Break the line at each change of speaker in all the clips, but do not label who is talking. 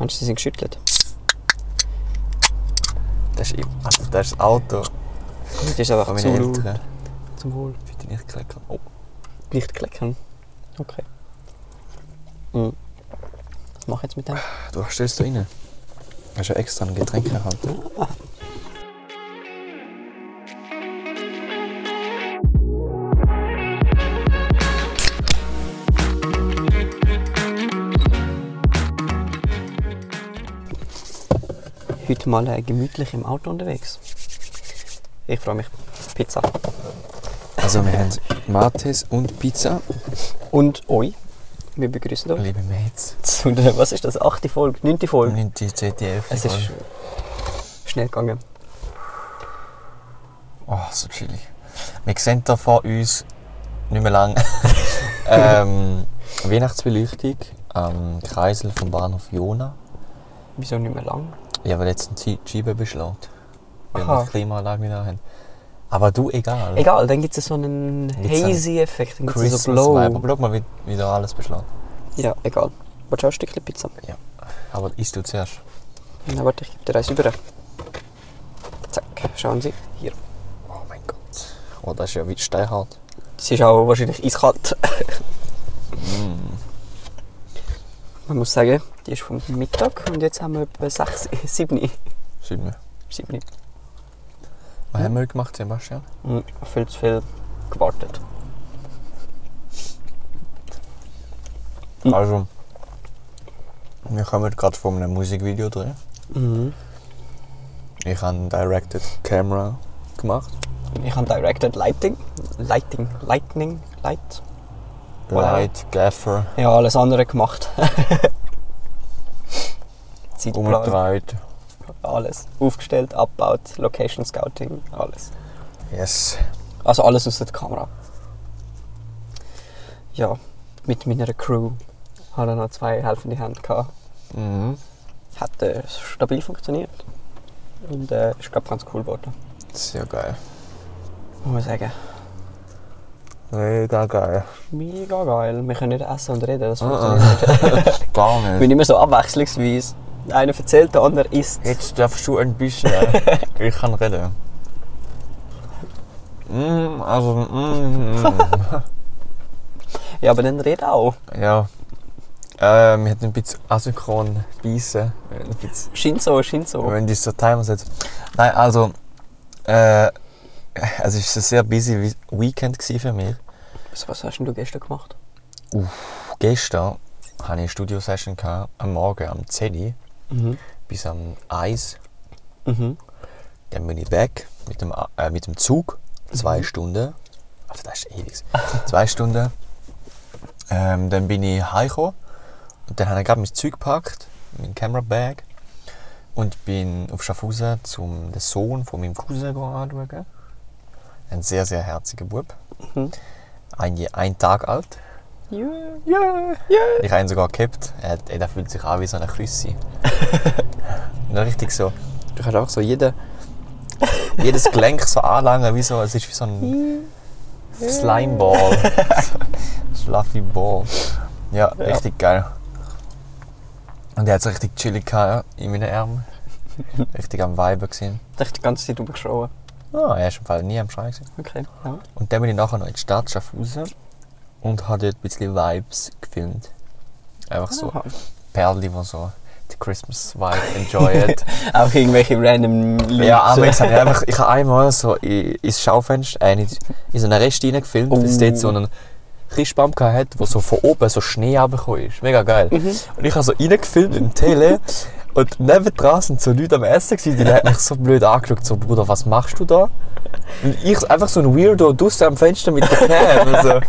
Meinst du, sie sind geschüttelt?
Das ist, im- also das, ist das Auto
Das ist einfach
von
zu
meinen
laut.
Eltern.
Zum Wohl.
Bitte nicht klicken. Oh,
Nicht klicken. Okay. Hm. Was mache ich jetzt mit dem?
du stellst da rein. Hast ja extra einen Getränkehalter.
Heute mal äh, gemütlich im Auto unterwegs. Ich freue mich. Pizza.
Also wir haben Mates und Pizza.
Und euch. Wir begrüßen euch.
Liebe Mates.
Zu der, was ist das? Achte Folge? Neunte Folge?
Und die ZDF.
Es ist schnell gegangen.
Oh, so chillig. Wir sehen da vor uns nicht mehr lang ähm, Weihnachtsbeleuchtung am Kreisel vom Bahnhof Jona.
Wieso nicht mehr lang?
Ja, weil jetzt ein Zie- Jeep beschlägt. Weil
Aha.
wir die Klimaanlage nicht da haben. Aber du, egal.
Egal, dann gibt es so einen
Gibt's einen
hazy Effekt. Dann gibt es so
Christmas-Vibe.
Glow.
Aber schau mal, wie, wie da alles beschlägt.
Ja, egal. Willst du auch ein Stückchen Pizza?
Aber isst du zuerst.
Na, warte, ich gebe dir eins über. Zack, schauen Sie. Hier.
Oh mein Gott. Oh, das ist ja wie steinhart.
Das ist auch wahrscheinlich eiskalt.
Mm,
Man muss sagen, die ist vom Mittag und jetzt haben wir etwa 6, 7.
Sieht mir.
7.
Was haben wir gemacht, Sebastian?
Mhm, Viel zu viel gewartet. Mhm.
Also, wir kommen gerade von einem Musikvideo drehen.
Mhm.
Ich habe Directed Camera gemacht.
Ich habe Directed Lighting. Lighting. Lightning. Light. Wow.
Light, Gaffer,
Ja, alles andere gemacht. Zeitplan,
umgedreht.
alles. Aufgestellt, abgebaut, Location Scouting, alles.
Yes.
Also alles aus der Kamera. Ja, mit meiner Crew hatte ich noch zwei helfende Hände. Gehabt.
Mhm.
Hat äh, stabil funktioniert. Und äh, ist, glaube ganz cool geworden.
Sehr geil.
Muss man sagen.
Mega geil.
Mega geil. Wir können nicht essen und reden, das
Ah, ah.
funktioniert nicht.
Gar
Ich
nicht.
bin immer so abwechslungsweise. Einer erzählt, der andere isst.
Jetzt darfst du ein bisschen. ich kann reden. Mm, also, mm, mm.
Ja, aber dann red auch.
ja. Äh, wir hätten ein bisschen asynchron beißen. Ein bisschen
Scheint so, scheint so.
Wenn die so Timer setzt. Nein, also. Äh, es war ein sehr busy Wee- Weekend gewesen für mich.
Was, was hast denn du gestern gemacht?
Gestern hatte ich eine Studio-Session gehabt, am Morgen am 10 Uhr
Mhm.
bis am 1.
Mhm.
Dann bin ich weg mit dem, A- äh, mit dem Zug. Zwei Stunden. Also das ist ewig. Zwei Stunden. Ähm, dann bin ich heimgekommen. Und dann habe ich gerade mein Zeug gepackt, mein Camera-Bag. Und bin auf Schaffhausen zum den Sohn von meinem Cousin anschauen. Ein sehr, sehr herziger Bub.
Mhm.
Ein, Je- ein Tag alt.
Yeah.
Ich habe ihn sogar gehabt. Er, hat- er fühlt sich an wie so eine Küsse. Nur richtig so. Du kannst einfach so jede, jedes Gelenk so anlangen, wie so, es ist wie so ein Slimeball. Fluffy Ball. Ja,
Ja.
richtig geil. Und er hat es richtig chillig gehabt, ja, in meinen Armen. Richtig am Weiben gesehen.
Ich hab die ganze Zeit rumgeschaut.
Ah, er ist im Fall nie am Schreien. gewesen.
Okay. Ja.
Und dann bin ich nachher noch in die Stadt Schaffhausen und habe dort ein bisschen Vibes gefilmt. Einfach so.
Aha.
Perle, die so die Christmas Vibe enjoyen.
Auch irgendwelche random Leute.
ja, aber ich habe einfach, ich habe einmal so in- ins Schaufenster, äh, in, in so einen Rest reingefilmt, weil es
Oh.
dort so einen Christbaum gehabt hat, wo so von oben so Schnee runtergekommen ist. Mega geil. Und ich habe so reingefilmt im Tele und nebendran sind so Leute am Essen gewesen, die haben mich so blöd angeschaut, so Bruder, was machst du da? Und ich einfach so ein Weirdo draussen am Fenster mit der Cam. Also,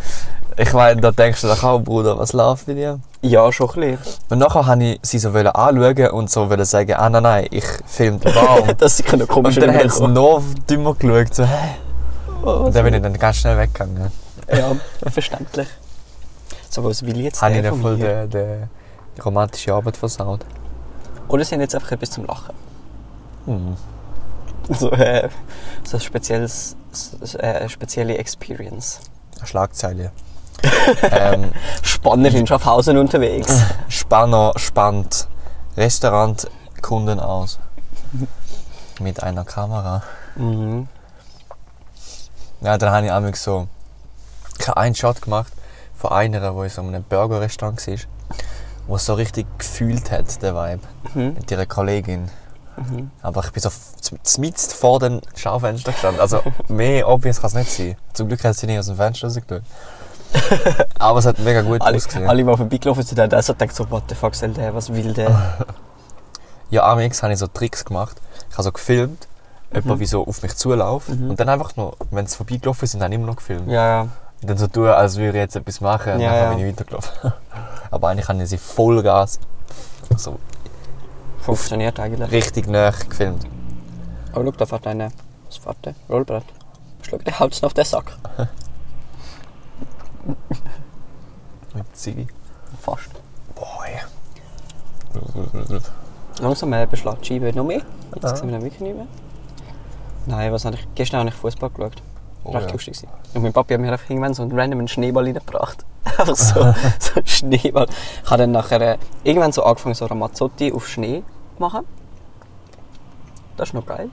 ich meine, da denkst du doch auch, Bruder, was läuft mit dir?
Ja, schon ein bisschen.
Und nachher wollte ich sie so anschauen und so sagen, ah nein, nein, ich filme den Baum.
Das ist eine
und
komische
dann haben sie noch dümmer geschaut. So, hä?
Oh,
Und dann bin ich dann ganz schnell weggegangen.
Ja, verständlich. So, was will jetzt
Habe ich
der
dann
von
voll
mir?
die, die, die romantische Arbeit versaut.
Oder sind jetzt einfach etwas zum Lachen?
Hm.
So, äh, so ein spezielles, so, äh, spezielle Experience.
Eine Schlagzeile. ähm,
Spannend in Schaffhausen unterwegs.
Spanner spannt Restaurantkunden aus. Mit einer Kamera.
Mhm.
Ja, dann habe ich einmal so ich habe einen Shot gemacht von einer, wo in so einem Burger-Restaurant war, wo es so richtig gefühlt hat, der Vibe,
Mhm.
mit ihrer Kollegin. Aber ich bin so zmitzt vor dem Schaufenster gestanden. Also mehr obvious kann es nicht sein. Zum Glück hat sie nicht aus dem Fenster rausgeschaut. Aber es hat mega gut
Alle,
ausgesehen.
alle, die vorbeigelaufen sind, haben auch so gedacht, so, what the fuck soll der, was will
Ah.
der?
Ja, Amix habe ich so Tricks gemacht. Ich habe so gefilmt, jemand wie so auf mich zulauft.
Mhm.
Und dann einfach nur, wenn sie vorbeigelaufen sind, dann immer noch gefilmt.
ja, ja.
Und dann so tun, als würde ich jetzt etwas machen. Und
Ja,
dann
ja.
bin ich weitergelaufen. Aber eigentlich habe ich sie Vollgas so
Funktioniert eigentlich.
richtig nah gefilmt.
Aber schau, da fährt einer. Was fährt der? Rollbrett. Schau, der haut es auf den Sack.
Mit Ziggy.
Fast.
Boy. Oh,
Langsam äh, beschlägt die Scheibe noch mehr. Jetzt
Ja.
sehen wir ihn wirklich nicht mehr. Nein, was habe ich, gestern habe ich Fußball geschaut.
Oh,
Recht
ja.
lustig gewesen. Und mein Papi hat mir einfach irgendwann so einen randomen Schneeball reingebracht. einfach so, so einen Schneeball. Ich habe dann nachher äh, irgendwann so angefangen, so Ramazzotti auf Schnee zu machen. Das ist noch geil.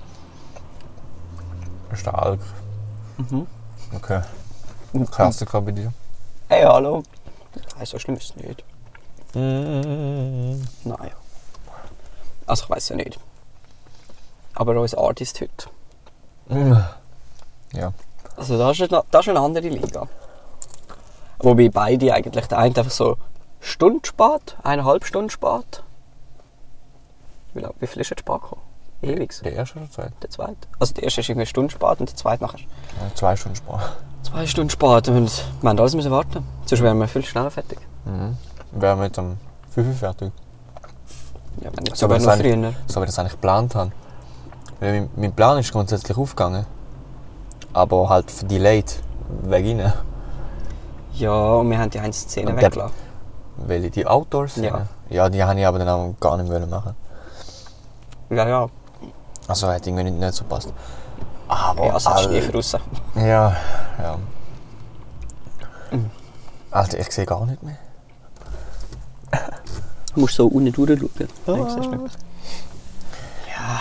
Stark.
Mhm.
Okay. Oh, Klassiker bei dir.
Hey, hallo. Nein, so schlimm ist es nicht. Äh.
Mhm.
Nein. Also ich weiß ja nicht. Aber unser Artist heute.
Ja.
Also das ist, eine, das ist eine andere Liga. Wobei beide eigentlich, der eine einfach so Stunde spät, eineinhalb Stunden spät. Wie, lang- wie viel ist jetzt spät gekommen? Ewig.
Der erste oder zweite?
Der zweite. Also der erste ist irgendwie eine Stunde spät und der zweite nachher
Ja, zwei Stunden Spaß.
zwei Stunden spät. Und wir haben alles müssen warten. Sonst wären wir viel schneller fertig.
Mhm. Wären wir jetzt am 5 Uhr fertig.
Ja, wenn nicht
So,
sogar
das
noch
eigentlich-
früher. ne?
so wie ich das eigentlich geplant habe. Weil mein, mein Plan ist grundsätzlich aufgegangen. Aber halt für delayed wegen ihnen.
Ja, und wir haben die eine Szene
Und der-
weggelassen.
Weil ich die Outdoors sind.
Ja.
ja, die habe ich aber dann auch gar nicht wollen machen.
Ja, ja.
Also hat irgendwie nicht, nicht so passt. Aber
Ja, also
Alter.
Schnee für raus.
Ja, ja.
Mhm.
Alter, ich sehe gar nicht mehr.
Du musst so unten durchschauen. Links ist nicht. Ah. Ja.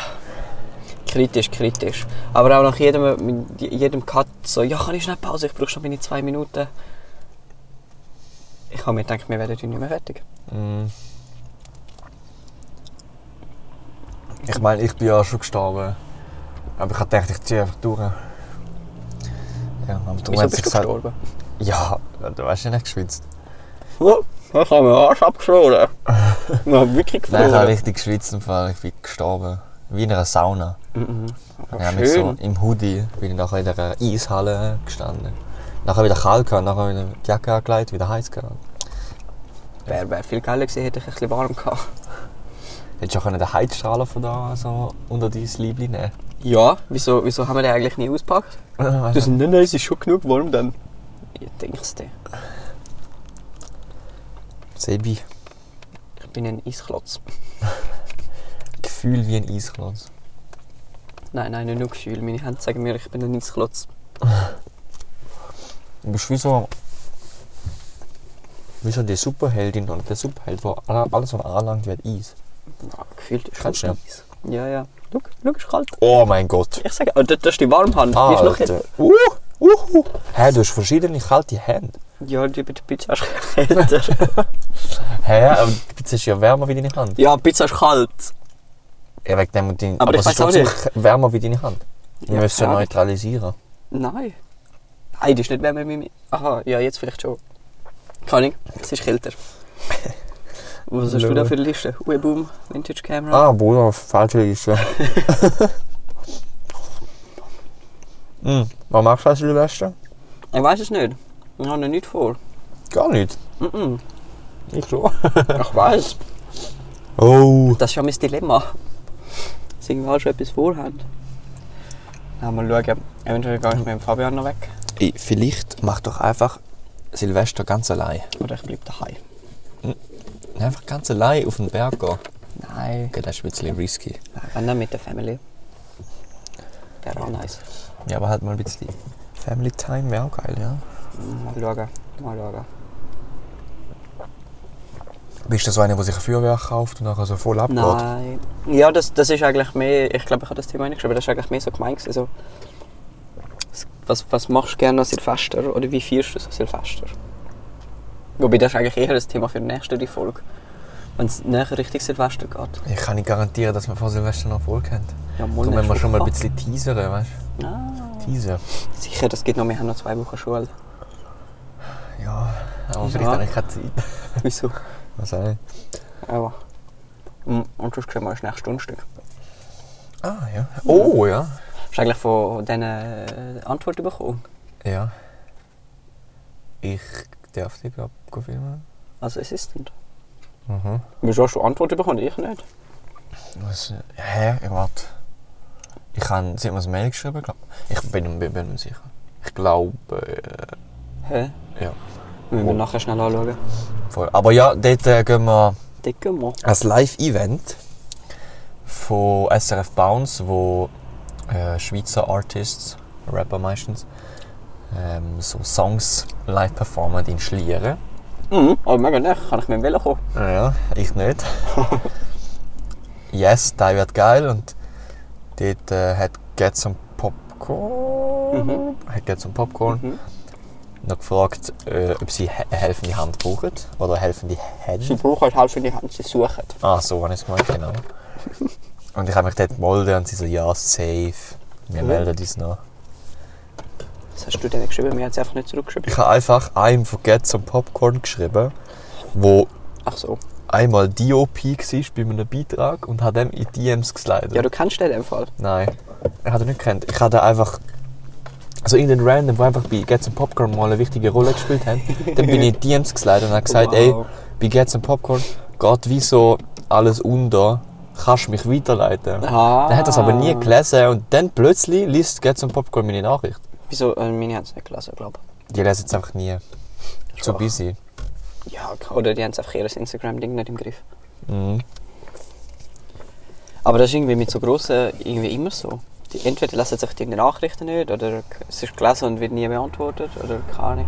Kritisch, kritisch. Aber auch nach jedem, mit jedem Cut so, ja, kann ich schnell Pause, ich brauche schon meine zwei Minuten. Ich habe mir gedacht, wir werden heute nicht mehr fertig.
Mhm. Ich meine, ich bin ja schon gestorben. Aber ich habe gedacht, ich ziehe einfach durch. Ja, aber darum
Wieso
hat
bist
sie
du
gesagt,
gestorben?
Ja, du hast ja nicht geschwitzt.
Oh, ich habe meinen Arsch abgefroren. Ich habe wirklich
Nein, ich habe
gefroren.
richtig geschwitzt im Fall. Ich bin gestorben. Wie in einer Sauna.
Mhm.
Ich
Ja,
habe mich so
schön.
im Hoodie bin ich nachher in der Eishalle gestanden. Nachher wieder kalt gehabt, nachher wieder die Jacke angelegt, wieder heiß gehabt.
Wäre wär viel geiler gewesen, hätte ich ein bisschen warm gehabt.
Hättest du auch können den Heizstrahler von da so unter dein Liebling nehmen
Ja, wieso, wieso haben wir den eigentlich nie ausgepackt?
können.
Du sagst, nein, nein, es ist schon genug warm dann. Ich denke es dir.
Sebi,
Ich bin ein Eisklotz.
Gefühl wie ein Eisklotz.
Nein, nein, nicht nur Gefühl. Meine Hände sagen mir, ich bin ein Eisklotz.
Du bist wie so... Wie so die Superheldin oder der Superheld, wo alle- alles, was anlangt, wird Eis.
Ja, gefühlt ist
Kannst
schon
du
Eis. Ja, ja. Schau, schau, ist kalt.
Oh mein Gott!
Ich sage, oh, das, das ist die Warmhand. die ist noch
Alter. Uh, uh, uh. Hä, du hast verschiedene kalte Hände.
Ja, die bei der Pizza ist kälter.
Hä, aber die Pizza ist ja wärmer wie deine Hand.
ja, Pizza ist kalt.
Ja, wegen dem und dein,
Aber ich
es ist
weiß auch
trotzdem wärmer wie deine Hand. Wir
Ja,
müssen
keine Ahnung.
neutralisieren.
Nein. Nein, die ist nicht wärmer wie meine. Aha, ja, jetzt vielleicht schon. Kann ich. Es ist kälter. Was hast du da für eine Liste? Ueboom, Vintage Camera.
Ah, Bruder, falsche Liste. hm, was machst du als Silvester?
Ich weiß es nicht. Ich habe noch nichts vor.
Gar nicht.
Mm -mm.
Ich so.
Ich weiß.
Oh.
Das ist ja mein Dilemma. Dass wir auch schon etwas vorhaben. Na, mal schauen. Eventuell gehe ich mit dem Fabian noch weg.
Ey, vielleicht mach doch einfach Silvester ganz allein.
Oder ich bleibe daheim.
Einfach ganz allein auf den Berg gehen.
Nein.
Okay, das ist ein bisschen risky.
Wenn dann mit der Family. Wäre auch nice.
Ja, aber halt mal ein bisschen Family Time wäre auch
Hm,
geil, ja.
Mal schauen. Mal schauen.
Bist du so einer, der sich ein Feuerwerk kauft und nachher so voll abgeht?
Nein. Ja, das, das ist eigentlich mehr, ich glaube, ich habe das Thema eingeschrieben, das ist eigentlich mehr so gemeint. gewesen, So, was, was machst du gerne an Silvester oder wie feierst du so Silvester? Wobei, das ist eigentlich eher das Thema für die nächste Folge. Wenn es näher Richtung Silvester geht.
Ich kann nicht garantieren, dass wir vor Silvester noch Erfolg haben.
Ja, Mann,
Darum wenn wir
nächste
schon mal ein
Woche.
bisschen teasern, weißt
Ah,
du? Teaser.
sicher, das geht noch, wir haben noch zwei Wochen Schule.
Ja, aber
Ja.
vielleicht habe ich keine Zeit.
Wieso?
Was auch nicht.
Aber. Und und sonst sehen wir uns nächstes Stundenstück.
Ah, ja. Oh, ja.
Hast du eigentlich von diesen äh, Antworten bekommen?
Ja. Ich darf dich, glaube ich, filmen.
Also Assistant.
Mhm.
Wieso hast du Antworten bekommen? Ich nicht.
Was? äh, Hä? Ich warte. Ich habe, sie haben mir ein Mail geschrieben, glaube ich. Ich bin, bin, bin mir sicher. Ich glaube,
Hä?
äh, ja.
Müssen wir nachher schnell anschauen.
Voll. Aber ja, dort äh, gehen wir
Dicke Mo.
ein Live-Event von SRF Bounce, wo äh, Schweizer Artists, Rapper meistens, ähm, so Songs live performen in Schlieren.
Mhm, aber mega nett. Kann ich mit dem Velo kommen?
Ah Ja, ich nicht. yes, da wird geil und dort äh, hat Get Some Popcorn. Hat Get Some Popcorn.
Mhm.
Noch gefragt, äh, ob sie he- eine helfende Hand brauchen oder eine helfende Hand.
Sie brauchen halt halb für die Hand, sie suchen.
Ah, so habe ich es gemeint, genau. Und ich habe mich dort gemeldet und sie so, ja, safe. Wir
Mhm.
melden uns noch.
Was hast du denen geschrieben? Mir hat sie einfach nicht zurückgeschrieben.
Ich habe einfach einem von Get Some Popcorn geschrieben, wo
Ach so.
einmal DOP war bei einem Beitrag und habe dem in DMs geslidet.
Ja, du kennst den in dem Fall.
Nein, ich habe ihn nicht gekannt. Ich hatte einfach. Also irgendeinen Random, der einfach bei Get Some Popcorn mal eine wichtige Rolle gespielt hat. Dann bin ich in die DMs geslidet und habe gesagt,
Wow.
ey, bei Get Some Popcorn geht wieso alles unter. Kannst du mich weiterleiten?
Ah.
Dann hat er es aber nie gelesen und dann plötzlich liest Get Some Popcorn meine Nachricht.
Wieso? Äh, meine haben es nicht gelesen, glaube
Die lesen es einfach nie. Zu
Schwach.
busy.
ich. Ja, oder die haben einfach ihr Instagram-Ding nicht im Griff.
Mhm.
Aber das ist irgendwie mit so grossen irgendwie immer so. Die, entweder lesen sich die Nachrichten nicht oder es ist gelesen und wird nie beantwortet oder keine Ahnung.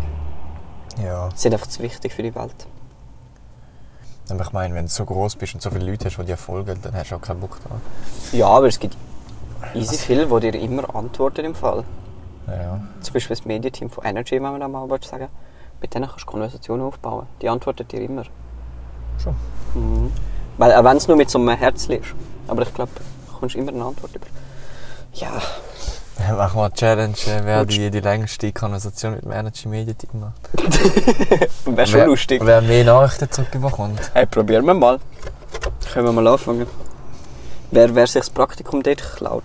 Ja.
Sie sind einfach zu wichtig für die Welt.
Aber ich meine, wenn du so groß bist und so viele Leute hast, die dir folgen, dann hast du auch keinen Bock drauf.
Ja, aber es gibt easy viele, die dir immer antworten im Fall.
Ja.
Zum Beispiel das Medienteam von Energy, wenn man da mal willst sagen mit denen kannst du Konversationen aufbauen. Die antworten dir immer.
Schon.
Mhm. Weil, auch wenn es nur mit so einem Herz ist. Aber ich glaube, du kommst immer eine Antwort über. Ja,
Dann machen wir eine Challenge, äh, wer
Gut.
die, die längste Konversation mit dem Energy Media Team macht.
wäre schon
wer,
lustig.
Wer mehr Nachrichten zurückbekommt.
Hey, probieren wir mal. Können wir mal anfangen. Wer, wer sich das Praktikum dort klaut?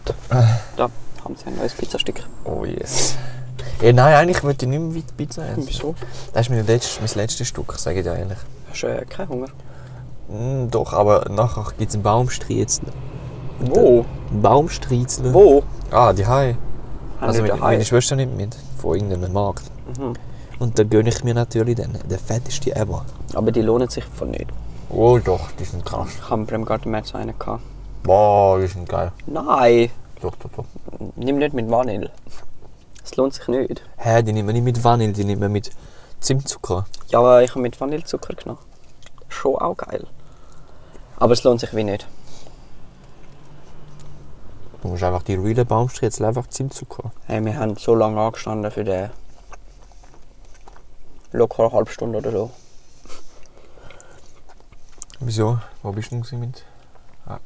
Da haben sie ein neues Pizzastück.
Oh yes. Ja, nein, eigentlich möchte ich nicht mehr weit Pizza essen.
Wieso?
Das ist mein letztes, mein letztes Stück, sage ich dir eigentlich.
Hast du äh, keinen Hunger?
Mm, doch, aber nachher gibt es einen Baumstriezel.
Wo?
Einen Baumstriezel.
Wo?
Ah, die Hai.
Haben
Also
wir
meine,
daheim?
meine Schwester nimmt mit von irgendeinem Markt. Und da gönne ich mir natürlich den, den fettesten ever.
Aber die lohnen sich von nicht.
Oh doch, die sind krass.
Ich habe im Gartenmärz so einen gehabt.
Boah, die sind geil.
Nein,
Doch, doch, doch.
nimm nicht mit Vanille. Es lohnt sich nicht.
Hä, die nimmt man nicht mit Vanille, die nimmt man mit Zimtzucker.
Ja, aber ich habe mit Vanillezucker genommen. Schon auch geil. Aber es lohnt sich wie nicht.
Du musst einfach die reale Baumstritzel einfach Zimtzucker.
Hey, wir haben so lange angestanden für den. Locker eine halbe Stunde oder so.
Wieso? Wo bist du denn mit? Ah,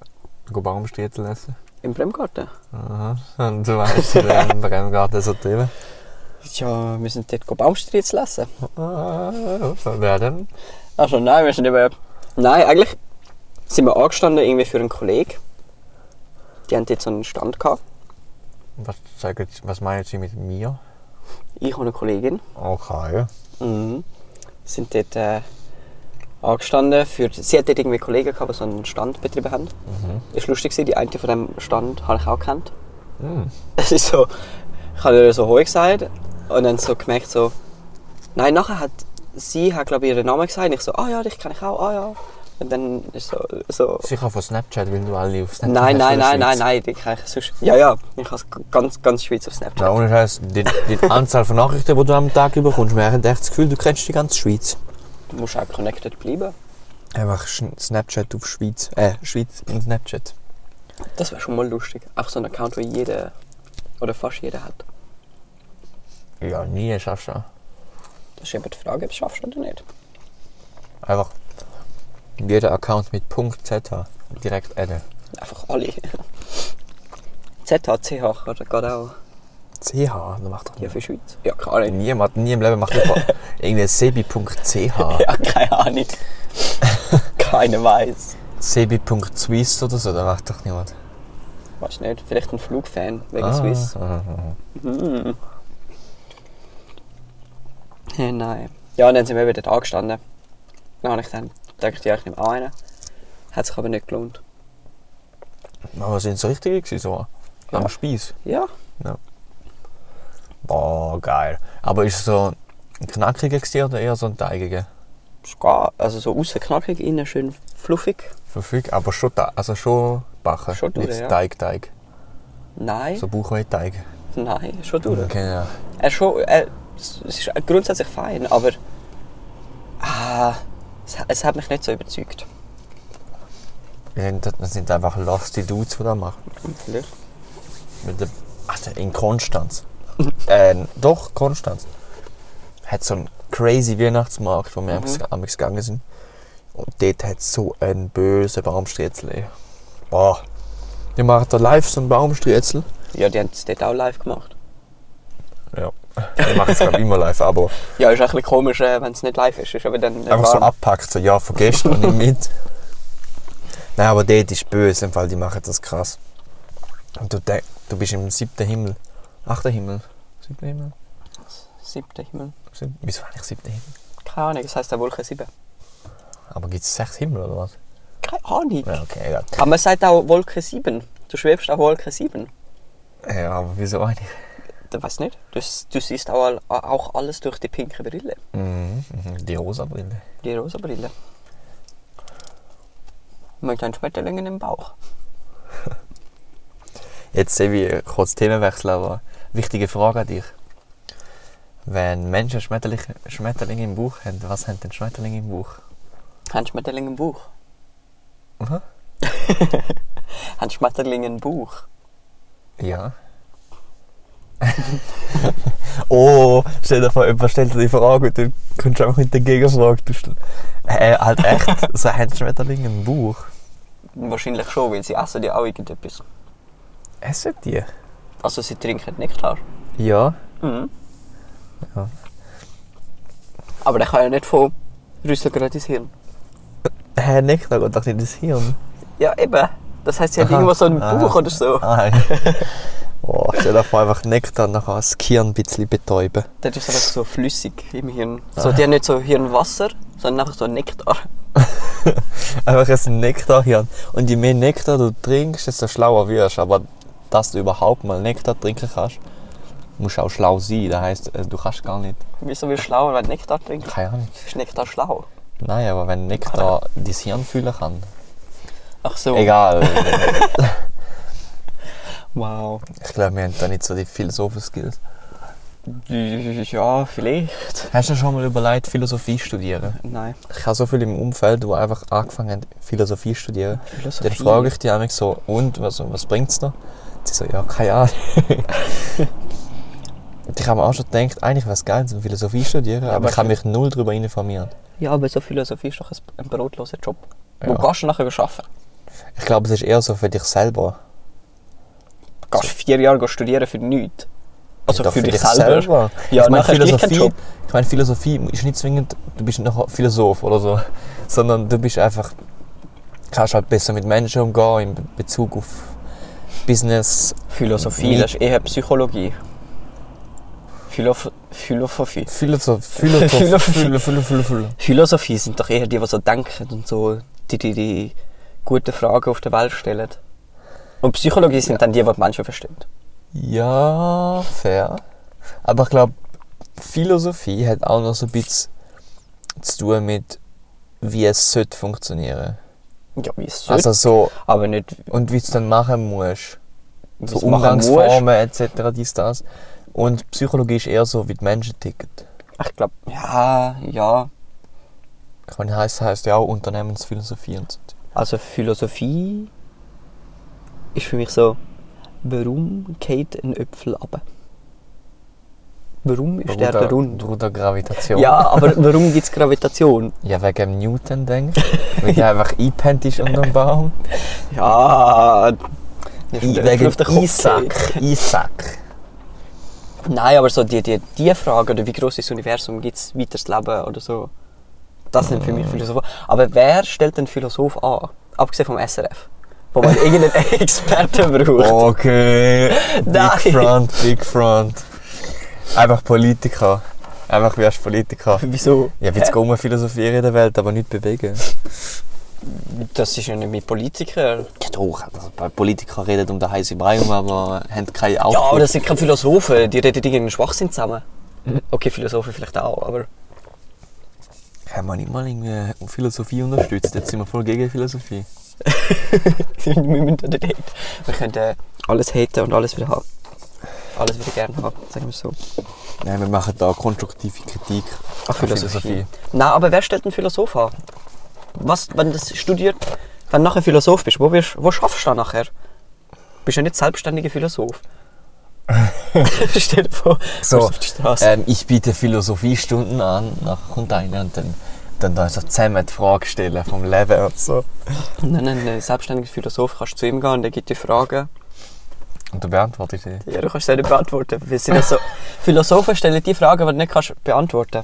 go Baumstritzel essen.
Im Bremgarten?
Aha. Und so weißt du, dann brennen gerade so drüber.
Ja, wir sind dort Baumstreits lassen.
Ah, wer denn?
Also nein, wir sind über. Nein, eigentlich sind wir angestanden irgendwie für einen Kollegen. Die haben dort so einen Stand gehabt.
Was, sagen, Sie- was meinen Sie mit mir?
Ich und eine Kollegin.
Okay.
Mhm. Sind dort äh, angestanden. Für, sie hat dort irgendwie Kollegen gehabt, die so einen Stand betrieben haben. Ist lustig, gewesen, die eine von dem Stand habe ich auch gekannt.
Mhm.
Es ist so, ich habe ihr so hoch gesagt und dann so gemerkt, so, nein, nachher hat sie, hat, glaube ich, ihren Namen gesagt. Und ich so, ah ja, dich kenne ich auch, ah ja. Und dann ist so, so
Sicher von Snapchat, weil du alle auf Snapchat
nein,
hast
nein,
von der
nein, nein,
Schweiz.
nein, die kann ich sonst, ja, ja, ich habe ganz, ganz Schweiz auf Snapchat.
Nein, ohne Scheiß, die, die Anzahl von Nachrichten, die du am Tag bekommst, man hat echt das Gefühl, du kennst die ganze Schweiz.
Du musst auch connected bleiben.
Einfach Schn- Snapchat auf Schweiz. Äh, Schweiz in Snapchat.
Das wäre schon mal lustig. Einfach so ein Account, wo jeder oder fast jeder hat.
Ja, nie schaffst du das.
Das ist eben die Frage, ob du es schaffst oder nicht.
Einfach jeder Account mit Punkt .z direkt adden.
Einfach alle. ZHCH oder gerade auch.
CH, das macht doch
Ja, für Schweiz. Ja, keine Ahnung.
Niemand, nie im Leben macht jemand irgendein sebi.ch,
Ja, keine Ahnung. Keiner weiß.
sebi.swiss oder so, da macht doch niemand. Ah.
Weiß nicht, vielleicht ein Flugfan wegen Swiss. Hey, nein. Ja, und dann sind wir wieder da gestanden. Dann habe ich dann gedacht, ja, ich nehme auch einen. Hat sich aber nicht gelohnt.
Aber sind es richtige gewesen, so? Am
Ja.
Spieß.
Ja,
Boah, geil. Aber ist es so ein knackiger gewesen oder eher so ein teigiger?
es geht. Also so außen knackig, innen schön fluffig.
Verfüg, aber schon, Te- also schon backen.
Schon durch,
Nicht
ja. Hm?
Teig, Teig.
Nein,
So Bauchweh-Teig.
nein, schon durch.
Okay, ja.
Er schon, er, es ist grundsätzlich fein, aber ah, es, es hat mich nicht so überzeugt.
Sind- Das sind einfach loste Dudes, die das machen.
Vielleicht.
Mit dem, ach, der- in Konstanz. äh, doch, Konstanz. Hat so einen crazy Weihnachtsmarkt, wo wir mhm. am gegangen sind. Und dort hat es so einen bösen Baumstriezel. Boah. Die machen da live so einen Baumstriezel.
Ja, die haben es dort auch live gemacht.
Ja. Die machen es, glaube ich, immer live. Aber
Ja, ist auch ein bisschen komisch, äh, wenn es nicht live ist. ist aber dann
einfach so
warm.
abpackt. So, ja, von gestern nicht mit. Nein, aber dort ist böse. Im Fall, die machen das krass. Und du, denk, du bist im siebten Himmel. Achten Himmel. Siebten Himmel?
Siebter Himmel.
Sieb- Wieso eigentlich siebten Himmel?
Keine Ahnung, das heisst auch Wolke 7.
Aber gibt es sechs Himmel oder was?
Keine Ahnung.
Ja, okay, egal.
Aber man sagt auch Wolke 7. Du schwebst auf Wolke 7.
Ja, aber wieso eigentlich?
Du weißt nicht. Du, du siehst auch, all- auch alles durch die pinke Brille.
Mhm. mhm, Die rosa Brille.
Die rosa Brille. Mit einen Schmetterlingen im Bauch.
Jetzt sehe ich kurz Themenwechsel, aber wichtige Frage an dich. Wenn Menschen Schmetterlinge, Schmetterlinge im Bauch haben, was haben denn Schmetterlinge im Bauch?
Haben Schmetterlinge im Bauch?
Mhm.
Haben Schmetterlinge im Bauch?
Ja. oh, stell dir vor, jemand stellt dir die Frage und du kommst einfach mit der Gegenfrage. Du stell- äh, halt echt, so haben Schmetterlinge im Bauch.
Wahrscheinlich schon, weil sie essen ja auch irgendetwas.
Essen die?
Also sie trinken Nektar.
Ja.
Mhm.
Ja.
Aber der kann ja nicht von Rüssel gerade ins Hirn.
Hä, nicht, da geht doch nicht ins Hirn.
Ja, eben. Das heißt, sie hat
Aha.
irgendwo so einen
Ah.
Bauch oder so.
Ah, ja. oh, stell dir vor, einfach Nektar und nachher das Gehirn ein bisschen betäuben.
Das ist einfach so flüssig im Hirn.
Ah.
So, die haben nicht so Hirnwasser, sondern einfach so Nektar.
Einfach ein Nektarhirn. Und je mehr Nektar du trinkst, desto schlauer wirst du. Aber dass du überhaupt mal Nektar trinken kannst, musst du auch schlau sein. Das heisst, äh, du kannst gar nicht.
Wieso willst du schlauer, wenn du Nektar trinkst?
Keine Ahnung.
Ist Nektar schlau?
Nein, aber wenn Nektar dein Hirn fühlen kann.
Ach so.
Egal.
Wow.
ich glaube, wir haben da nicht so die Philosophen-Skills.
Ja, vielleicht.
Hast du dir schon mal überlegt, Philosophie studieren?
Nein.
ich habe so viel im Umfeld, die einfach angefangen haben, Philosophie zu studieren.
Philosophie?
Dann frage ich die einmal so, und, was, was bringt es noch? Sie so, ja, keine Ahnung. und ich habe mir auch schon gedacht, eigentlich wäre es geil, zum Philosophie zu studieren, aber ich
aber
habe mich null darüber informiert.
Ja, aber so Philosophie ist doch ein, ein brotloser Job. Wo
Ja.
gehst du nachher arbeiten?
Ich glaube, es ist eher so für dich selber.
Gehst vier Jahre studieren für nichts? Also
Doch,
für, dich selber?
Ja,
Ja,
ich meine,
nachher hast du gleich keinen
Philosophie,
Job.
ich meine, Philosophie ist nicht zwingend, du bist noch Philosoph oder so, sondern du bist einfach, kannst halt besser mit Menschen umgehen in Bezug auf Business,
Philosophie,
Nicht-
das ist eher Psychologie. Philoph Philosophie.
Philosoph, Philosoph,
Philosoph-
Philosoph, Philosoph, Philosoph.
Philosophie sind doch eher die, die so denken und so die, die, die guten Fragen auf der Welt stellen. Und Psychologie sind dann die, die die Menschen verstehen.
Ja, fair. Aber ich glaube, Philosophie hat auch noch so ein bisschen zu tun mit, wie es sollte funktionieren.
Ja, wie es soll.
Also so,
aber nicht,
und wie du es dann machen musst. So
Wie's machen
Umgangsformen etc. dies, das. Und Psychologie ist eher so, wie die Menschen ticken.
ich glaube, ja, ja.
Ich meine, das heisst ja auch Unternehmensphilosophie und so.
Also Philosophie ist für mich so, warum geht ein Äpfel ab? Warum ist der der rund?
Ruder Gravitation.
Ja, aber warum gibt es Gravitation?
Ja, wegen dem Newton, denke ich. Weil der einfach eingepennt ist unter dem Baum.
Ja,
I, wegen dem Isaac. Isaac.
Nein, aber so die, die, die Frage, oder wie groß ist das Universum, gibt es weiteres Leben oder so, das sind für mich Philosophen. Aber wer stellt einen Philosoph an? Abgesehen vom SRF, wo man irgendeinen Experten braucht.
Okay.
Nein.
Big Front, Big Front. Einfach Politiker. Einfach wie als Politiker.
Wieso?
Ja, willst du philosophieren in der Welt, aber nicht bewegen?
Das ist ja nicht mit Politikern.
Ja, doch. Also, bei Politiker reden um den heißen Brei um, aber haben keine
Ja, aber
Aufgabe.
das sind keine Philosophen, die reden irgendeinen Schwachsinn zusammen. Okay, Philosophen vielleicht auch, aber
haben wir nicht mal irgendwie um Philosophie unterstützt? Jetzt sind wir voll gegen Philosophie.
wir müssen da nicht haten. Wir können äh, alles haten und alles wieder haben. Alles wieder gerne haben, sagen wir es so.
Nein, wir machen da konstruktive Kritik.
Ach, Philosophie. Nein, aber wer stellt einen Philosoph an? Was, wenn das studiert, wenn du nachher Philosoph bist, wo, wirst, wo schaffst du dann nachher? Bist ja nicht selbstständiger Philosoph. Stell dir vor, du
So,
bist auf die Straße.
ähm, ich biete Philosophiestunden an, nachher kommt einer und dann, dann da so zusammen die Frage stellen vom Leben und so.
Nein, nein, ein selbstständiger Philosoph kannst zu ihm gehen und er gibt dir Fragen.
Und du beantwortest die.
Ja, du kannst sie nicht beantworten. Wir sind ja so, Philosophen stellen die Fragen, die du nicht kannst beantworten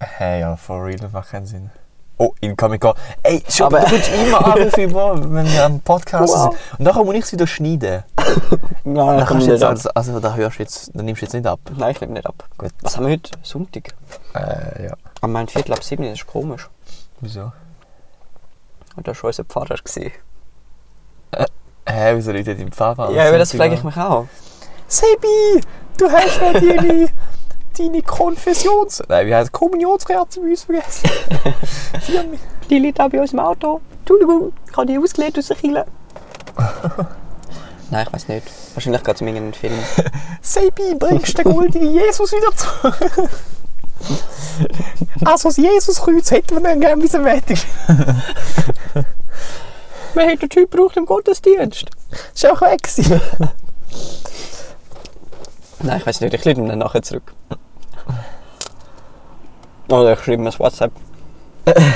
Hey, ja, for real, das macht keinen Sinn. Oh, incoming call. Ey, schon,
Aber-
du kommst immer Anrufe über, wenn wir am Podcast
Wow.
sind. Und nachher muss ich es wieder schneiden.
Nein,
Da kannst du jetzt, also, also da hörst du jetzt, da nimmst du jetzt nicht ab.
Nein, ich nehme nicht ab.
Gut.
Was haben wir heute? Sonntag?
Äh, ja.
Am meinem Viertel ab 7, das ist komisch.
Wieso?
Und da war schon unser Pfarrer. Gewesen.
Hä, wieso liegt im Pfarrer?
Ah, Ja, aber das frage ich mich auch.
Sebi, du hast ja deine, deine Konfessions... Nein, wie heißt Kommunionskerze bei uns vergessen. Firmi.
Die Leute da bei uns im Auto. Entschuldigung, ich habe die ausgelegt aus der Kille. Nein, ich weiß nicht. Wahrscheinlich geht es um irgendeinen Film.
Sebi, bringst den goldenen Jesus wieder zurück. Also das Jesuskreuz hätten wir dann gerne bis am Wettich.
Man hat den Typ braucht im Gottesdienst.
Ist auch weg gewesen.
Nein, ich weiß nicht. Ich lade ihn dann nachher zurück. Oder ich schreibe mir ein WhatsApp.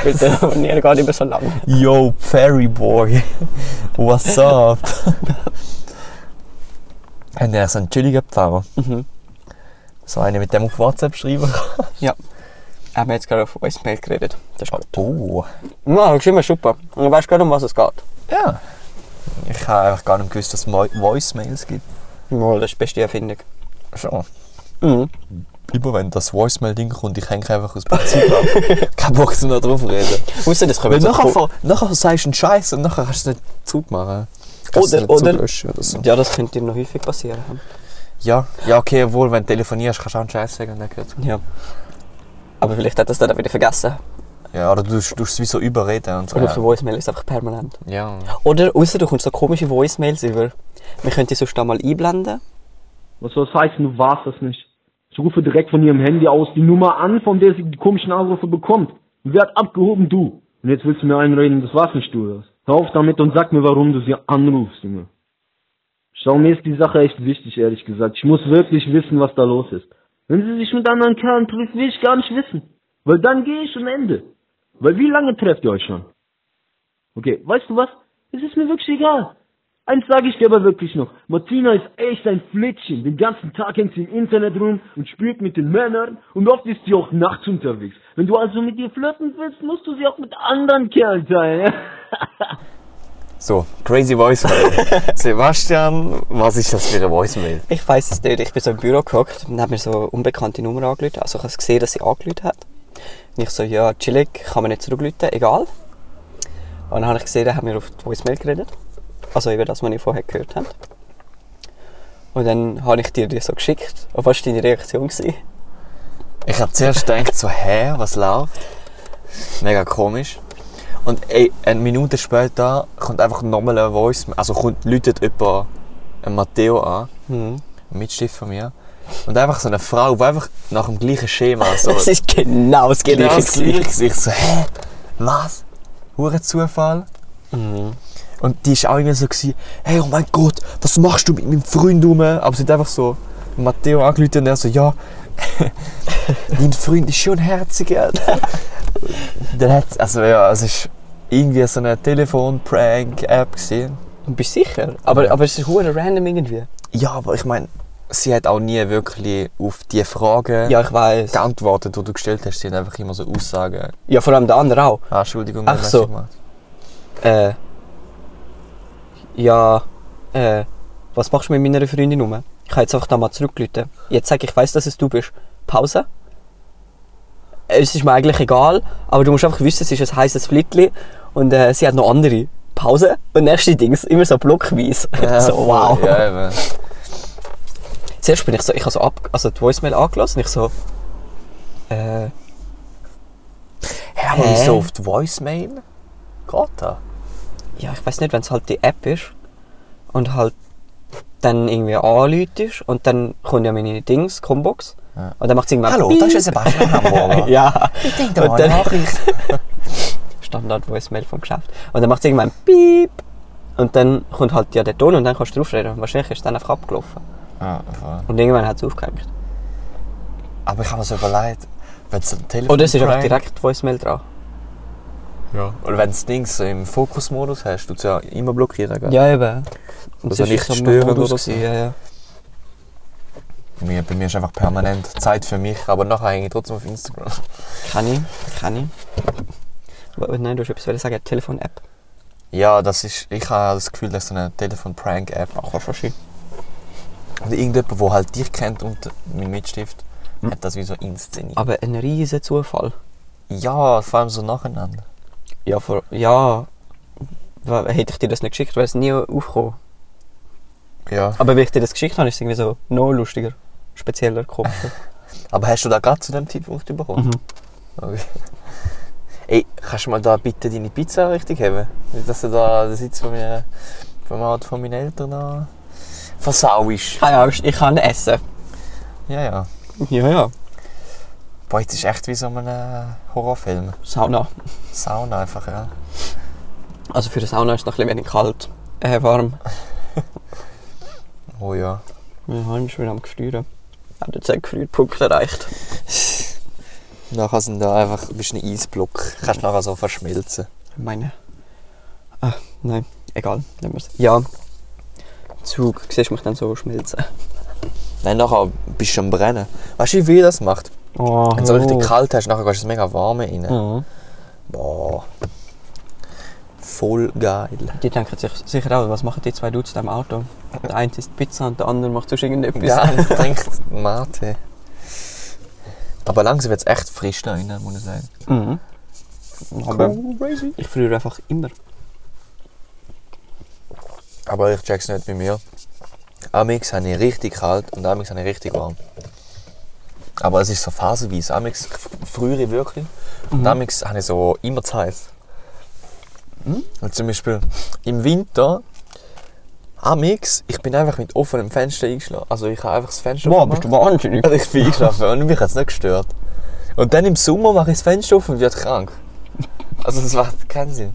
Bitte, und er geht immer so lang.
Yo, Ferry Boy. What's up? Und er ist ein chilliger Pfarrer.
Mhm.
So einer mit dem auf WhatsApp schreiben.
Haben wir jetzt gerade auf Voicemail geredet. Das ist gut.
Oh.
Nein, das ist immer super. Und du weißt gerade, um was es geht.
Ja. Ich habe einfach gar nicht gewusst, dass es Mo- Voicemails gibt.
Ja, das ist die beste Erfindung.
Schon.
Mhm.
Lieber, wenn das Voicemail-Ding kommt, ich hänge einfach aus Prinzip ab. Kein Bock, zu noch drauf reden.
Außer das
Weil
kommt
nachher, ver- nachher sagst du einen Scheiß und nachher kannst du es nicht zurückmachen. Kannst
Oder-
du es nicht
oder-
zurücklöschen oder so.
Ja, das könnte dir noch häufig passieren.
Ja. ja, okay, obwohl, wenn du telefonierst, kannst du auch einen Scheiß sagen und dann gehört
Ja. Aber vielleicht hat das dann auch wieder vergessen.
Ja, oder du tust es wie so überreden und so.
Und auf der
Ja.
Voicemail ist es einfach permanent.
ja.
Oder außer du kommst so komische Voicemails über. Wir könnten die sonst da mal einblenden.
Was soll das heißen, du warst das nicht? Ich rufe direkt von ihrem Handy aus die Nummer an, von der sie die komischen Anrufe bekommt. Und wer hat abgehoben? Du. Und jetzt willst du mir einreden, das war's nicht, du. das. Hör auf damit und sag mir, warum du sie anrufst, Junge. Schau, mir ist die Sache echt wichtig, ehrlich gesagt. Ich muss wirklich wissen, was da los ist. Wenn sie sich mit anderen Kerlen trifft, will ich gar nicht wissen. Weil dann gehe ich und Ende. Weil wie lange trefft ihr euch schon? Okay, weißt du was? Es ist mir wirklich egal. Eins sage ich dir aber wirklich noch. Martina ist echt ein Flittchen. Den ganzen Tag hängt sie im Internet rum und spielt mit den Männern. Und oft ist sie auch nachts unterwegs. Wenn du also mit ihr flirten willst, musst du sie auch mit anderen Kerlen teilen.
So, crazy Voicemail. Sebastian, was ist das für eine Voicemail?
Ich weiß es nicht. Ich bin so im Büro gehockt und habe mir so eine unbekannte Nummer angelötet. Also ich habe gesehen, dass sie angelötet hat. Und ich so, ja, chillig, kann man nicht zurücklöten, egal. Und dann habe ich gesehen, da haben wir auf die Voicemail geredet. Also über das, was ich vorher gehört habe. Und dann habe ich dir die so geschickt. Und was war deine Reaktion? Gewesen?
Ich habe zuerst gedacht, so, hä, was läuft? Mega komisch. Und ey, eine Minute später kommt einfach nochmal Mhm. ein Voice, also kommt, läutet jemand einen Matteo an, ein Mitstift von mir, Und einfach so eine Frau, die einfach nach dem gleichen Schema so
Es ist genau das gleiche.
genau das
gewesen.
gleiche Gesicht. So, hä? Was? Hure Zufall?
Mhm.
Und die war auch irgendwie so, gewesen, hey, oh mein Gott, was machst du mit meinem Freund rum? Aber sie hat einfach so Matteo angerufen und er so, ja, dein Freund ist schon herzig, Alter. Dann hat, also ja, es ist irgendwie so eine Telefon-Prank-App gesehen.
Und bist sicher? Aber,
Ja.
aber es ist hure random irgendwie.
Ja, aber ich meine, sie hat auch nie wirklich auf die Fragen
Ja, ich weiß.
geantwortet, die du gestellt hast. Sie hat einfach immer so Aussagen,
Ja, vor allem der andere auch.
ah, Entschuldigung,
Ach
weißt
so.
du mal.
Äh, ja, äh, was machst du mit meiner Freundin rum? Ich kann jetzt einfach da mal zurückrufen. Jetzt sag ich, ich weiß, dass es du bist. Pause. Äh, Es ist mir eigentlich egal, aber du musst einfach wissen, es ist ein heißes Flittli und äh, sie hat noch andere. Pause und nächste Dings, immer so blockweise.
Ja,
so,
voll.
wow.
Ja, eben.
Zuerst bin ich so, ich habe so ab, also die Voicemail angelassen und ich so, äh,
Hä, aber
Hä?
wieso auf die Voicemail? ah. Geht da?
ja, ich weiß nicht, wenn es halt die App ist und halt dann irgendwie anläutest und dann kommt ja meine Dings, Combox.
Ja.
Und dann macht es irgendwann
Hallo,
Piep.
das ist Sebastian Hamburger.
Ja,
ich
da mal eine
Nachricht.
Standard Voicemail vom Geschäft. Und dann macht es irgendwann Piep. Und dann kommt halt ja der Ton und dann kannst du draufreden. Und wahrscheinlich ist es dann einfach abgelaufen.
Ah, voll.
Und irgendwann hat es aufgehängt.
aber ich habe mir so überlegt, wenn es ein Telefon
Oder es Oh, ist einfach direkt Voicemail dran.
Ja. Oder wenn du Dings im Fokusmodus hast, du es ja immer blockieren. Gell?
Ja, eben. Und
Dass
es
er
ist
nicht
so ein
störend
Modus
oder so.
gewesen, Ja, ja.
Mir, bei mir ist einfach permanent Zeit für mich, aber nachher hänge ich trotzdem auf Instagram.
Kann ich, kann ich. Aber nein, du hast etwas wollen sagen, Telefon-App.
Ja, das ist, ich habe das Gefühl, dass so eine Telefon-Prank-App
Ach, kannst du wahrscheinlich.
oder irgendjemand, der halt dich kennt und meinen Mitstift,
Hm.
hat das wie so inszeniert.
Aber ein riesen Zufall.
Ja, vor allem so nacheinander.
Ja, vor, ja. W- Hätte ich dir das nicht geschickt, wäre es nie aufgekommen.
Ja.
Aber wenn ich dir das geschickt habe, ist es irgendwie so noch lustiger, spezieller, komischer.
Aber hast du da gerade zu dem Zeitpunkt bekommen? Okay. Ey, kannst du mal da bitte deine Pizza richtig haben? Nicht, dass du da den Sitz von, mir, von, mir, von meinen Eltern da versauisch.
Keine Angst, ich kann essen.
Ja, ja.
Ja, ja.
Boah, jetzt ist echt wie so ein äh, Horrorfilm.
Sauna.
Sauna einfach, ja.
Also für eine Sauna ist es noch ein bisschen wenig kalt. Äh, warm.
Oh ja.
Wir haben schon wieder am Gefrieren. Hat jetzt einen Gefrierpunkt erreicht.
Nachher sind da einfach bist ein Eisblock. Kannst nachher so verschmelzen.
Ich meine. Ah, nein, egal. Nehmen wir's. Ja. Zug, siehst du mich dann so schmelzen.
Nein, nachher bist du am Brennen. Weißt du, wie weh das macht? Hm.
Oh,
Wenn du so richtig kalt hast, nachher gehst du mega warm rein.
Mhm.
Boah. Voll geil.
Die denken sich sicher auch, was machen die zwei Dudes da im Auto? Der eine isst Pizza und der andere macht sonst irgendetwas.
Ja, trinkt Mate. Aber langsam wird es echt frisch da drinnen, muss ich sagen.
Mhm. Aber ich friere einfach immer.
Aber ich check's nicht bei mir. Amix habe ich richtig kalt und Amix habe ich richtig warm. Aber es ist so phasenweise. Amix friere ich wirklich und Amix habe ich so immer zu heiß. Und zum Beispiel im Winter, Amix, ich bin einfach mit offenem Fenster eingeschlafen. Also ich habe einfach das Fenster aufgemacht.
wahnsinnig?
Also ich bin eingeschlafen und mich hat es nicht gestört. Und dann im Sommer mache ich das Fenster auf und werde krank. Also das macht keinen Sinn.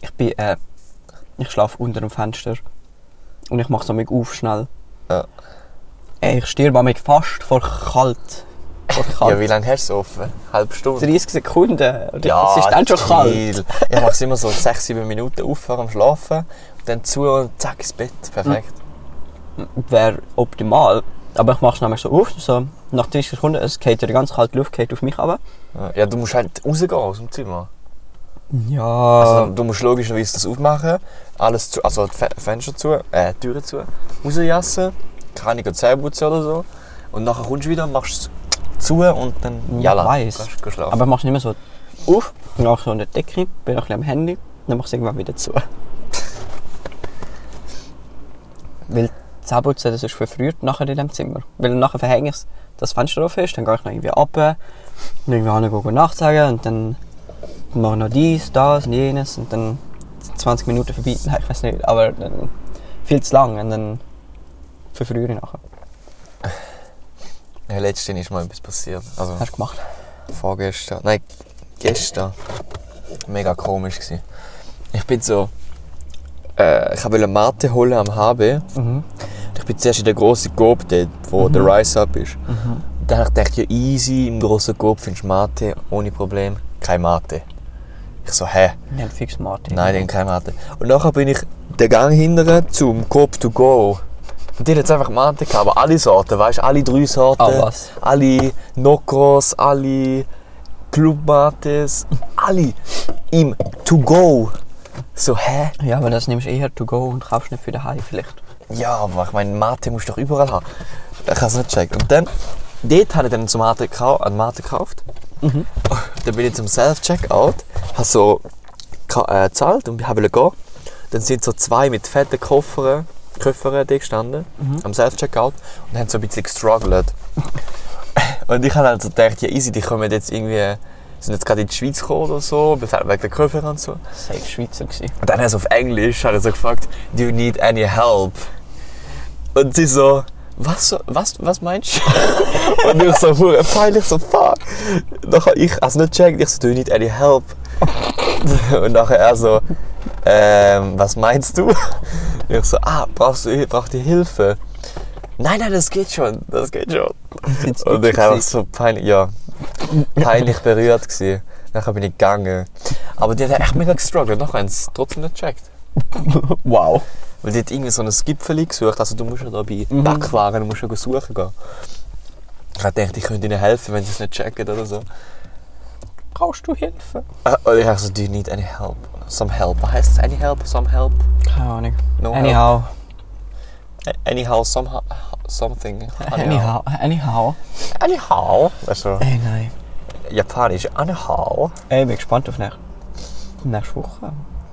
Ich bin, äh, ich schlafe unter dem Fenster. Und ich mache so mich auf schnell.
Ja.
Ey, ich stirb am fast vor kalt. Vor kalt.
Ja, wie lange hast du es offen? Halbe Stunde?
30 Sekunden. Und ich, es Halt. ist dann schon kalt.
chill. Ich mache es immer so 6-7 Minuten auf am Schlafen, dann zu und zack ins Bett. Perfekt.
Wäre optimal. Aber ich mache es nämlich so auf. So. Nach 30 Sekunden, es geht ja die ganze kalte Luft geht auf mich runter.
Ja, du musst halt rausgehen aus dem Zimmer.
Ja.
Also, du musst logischerweise das aufmachen, alles zu, also die Fe- Fenster zu, äh, die Türen zu, rausjassen, keine Ahnung, Zähne putzen oder so. Und nachher kommst du wieder, machst es zu und dann,
Ich
jalla,
weiss.
kannst du schlafen.
Aber ich mache nicht mehr so auf, ich mache so an der Decke, bin noch ein bisschen am Handy, dann mache ich es irgendwann wieder zu. Weil Zähneputzen, das ist verfrüht nachher in dem Zimmer. Weil nachher verhänge ich das Fenster offen ist, dann gehe ich noch irgendwie ab, dann irgendwie hin und gehe nachsagen und dann mache ich noch dies, das und jenes und dann sind 20 Minuten vorbei, nein, ich weiß nicht, aber dann viel zu lang und dann verfrühe ich nachher.
Ja, letztens ist mal etwas passiert. Also
Hast du gemacht?
vorgestern. Nein, gestern. Mega komisch gewesen. Ich bin so. Äh, ich wollte Mate holen am HB. Und Ich bin zuerst in der grossen Coop dort, wo der Rise Up ist. Und dann habe ich gedacht, ja easy, im grossen Coop findest du Mate ohne Problem. Kein Mate. Ich so, hä?
Ich habe fix Martin.
Nein, den kein Mate. Und nachher bin ich den Gang hinterher zum Coop to go. Und die hat jetzt einfach Mate gehabt, aber alle Sorten, weißt du, alle drei Sorten.
Ah, was?
Alle Nokros, alle Club Mates, alle im to go. So, hä?
Ja, aber das nimmst du eher to go und kaufst nicht für daheim vielleicht.
Ja, aber ich meine, Mate musst du doch überall haben. Ich hab's nicht gecheckt. Und dann, dort habe ich dann zum Mate gekauft. Einen Mate gekauft. Dann bin ich zum Self-Checkout, habe so ka- äh, gezahlt und habe gehen. Dann sind so zwei mit fetten Koffern, Koffern da gestanden, am Self-Checkout und haben so ein bisschen gestruggelt. und ich habe halt so gedacht, ja easy, die kommen jetzt irgendwie, sind jetzt gerade in die Schweiz gekommen oder so, vielleicht wegen der Koffer und so.
Safe Schweizer gewesen.
Und dann hat er so auf Englisch hat er so gefragt, do you need any help? Und sie so, was, so- was, was meinst du? Und ich so, hure peinlich, so, fuck. Nachher ich, also nicht checkt, ich so, do you need any help? Und nachher er so, ähm, was meinst du? Und ich so, ah, brauchst du, braucht ihr Hilfe? Nein, nein, das geht schon, das geht schon.
Sind's
Und
wirklich
ich einfach
gewesen?
so peinlich, ja, peinlich berührt gsi. Nachher bin ich gegangen. Aber die hat echt mega gestruggelt. Nachher haben sie es trotzdem nicht gecheckt.
Wow.
Weil die hat irgendwie so ein Gipfeli gesucht. Also du musst ja da bei Backwaren musst ja go suchen gehen. Ich hab gedacht, ich könnte ihnen helfen, wenn sie es nicht checken oder so.
Brauchst du Hilfe?
Äh, Und ich hab so, do you need any help? Some help. Was heisst es? Any help? Some help?
Keine Ahnung.
No help?
Anyhow.
A- Anyhow, somehow, something.
Anyhow. Anyhow.
Anyhow. Das ist so
Ey, nein.
japanisch. Anyhow.
Ey, ich bin gespannt auf nächste, nächste Woche.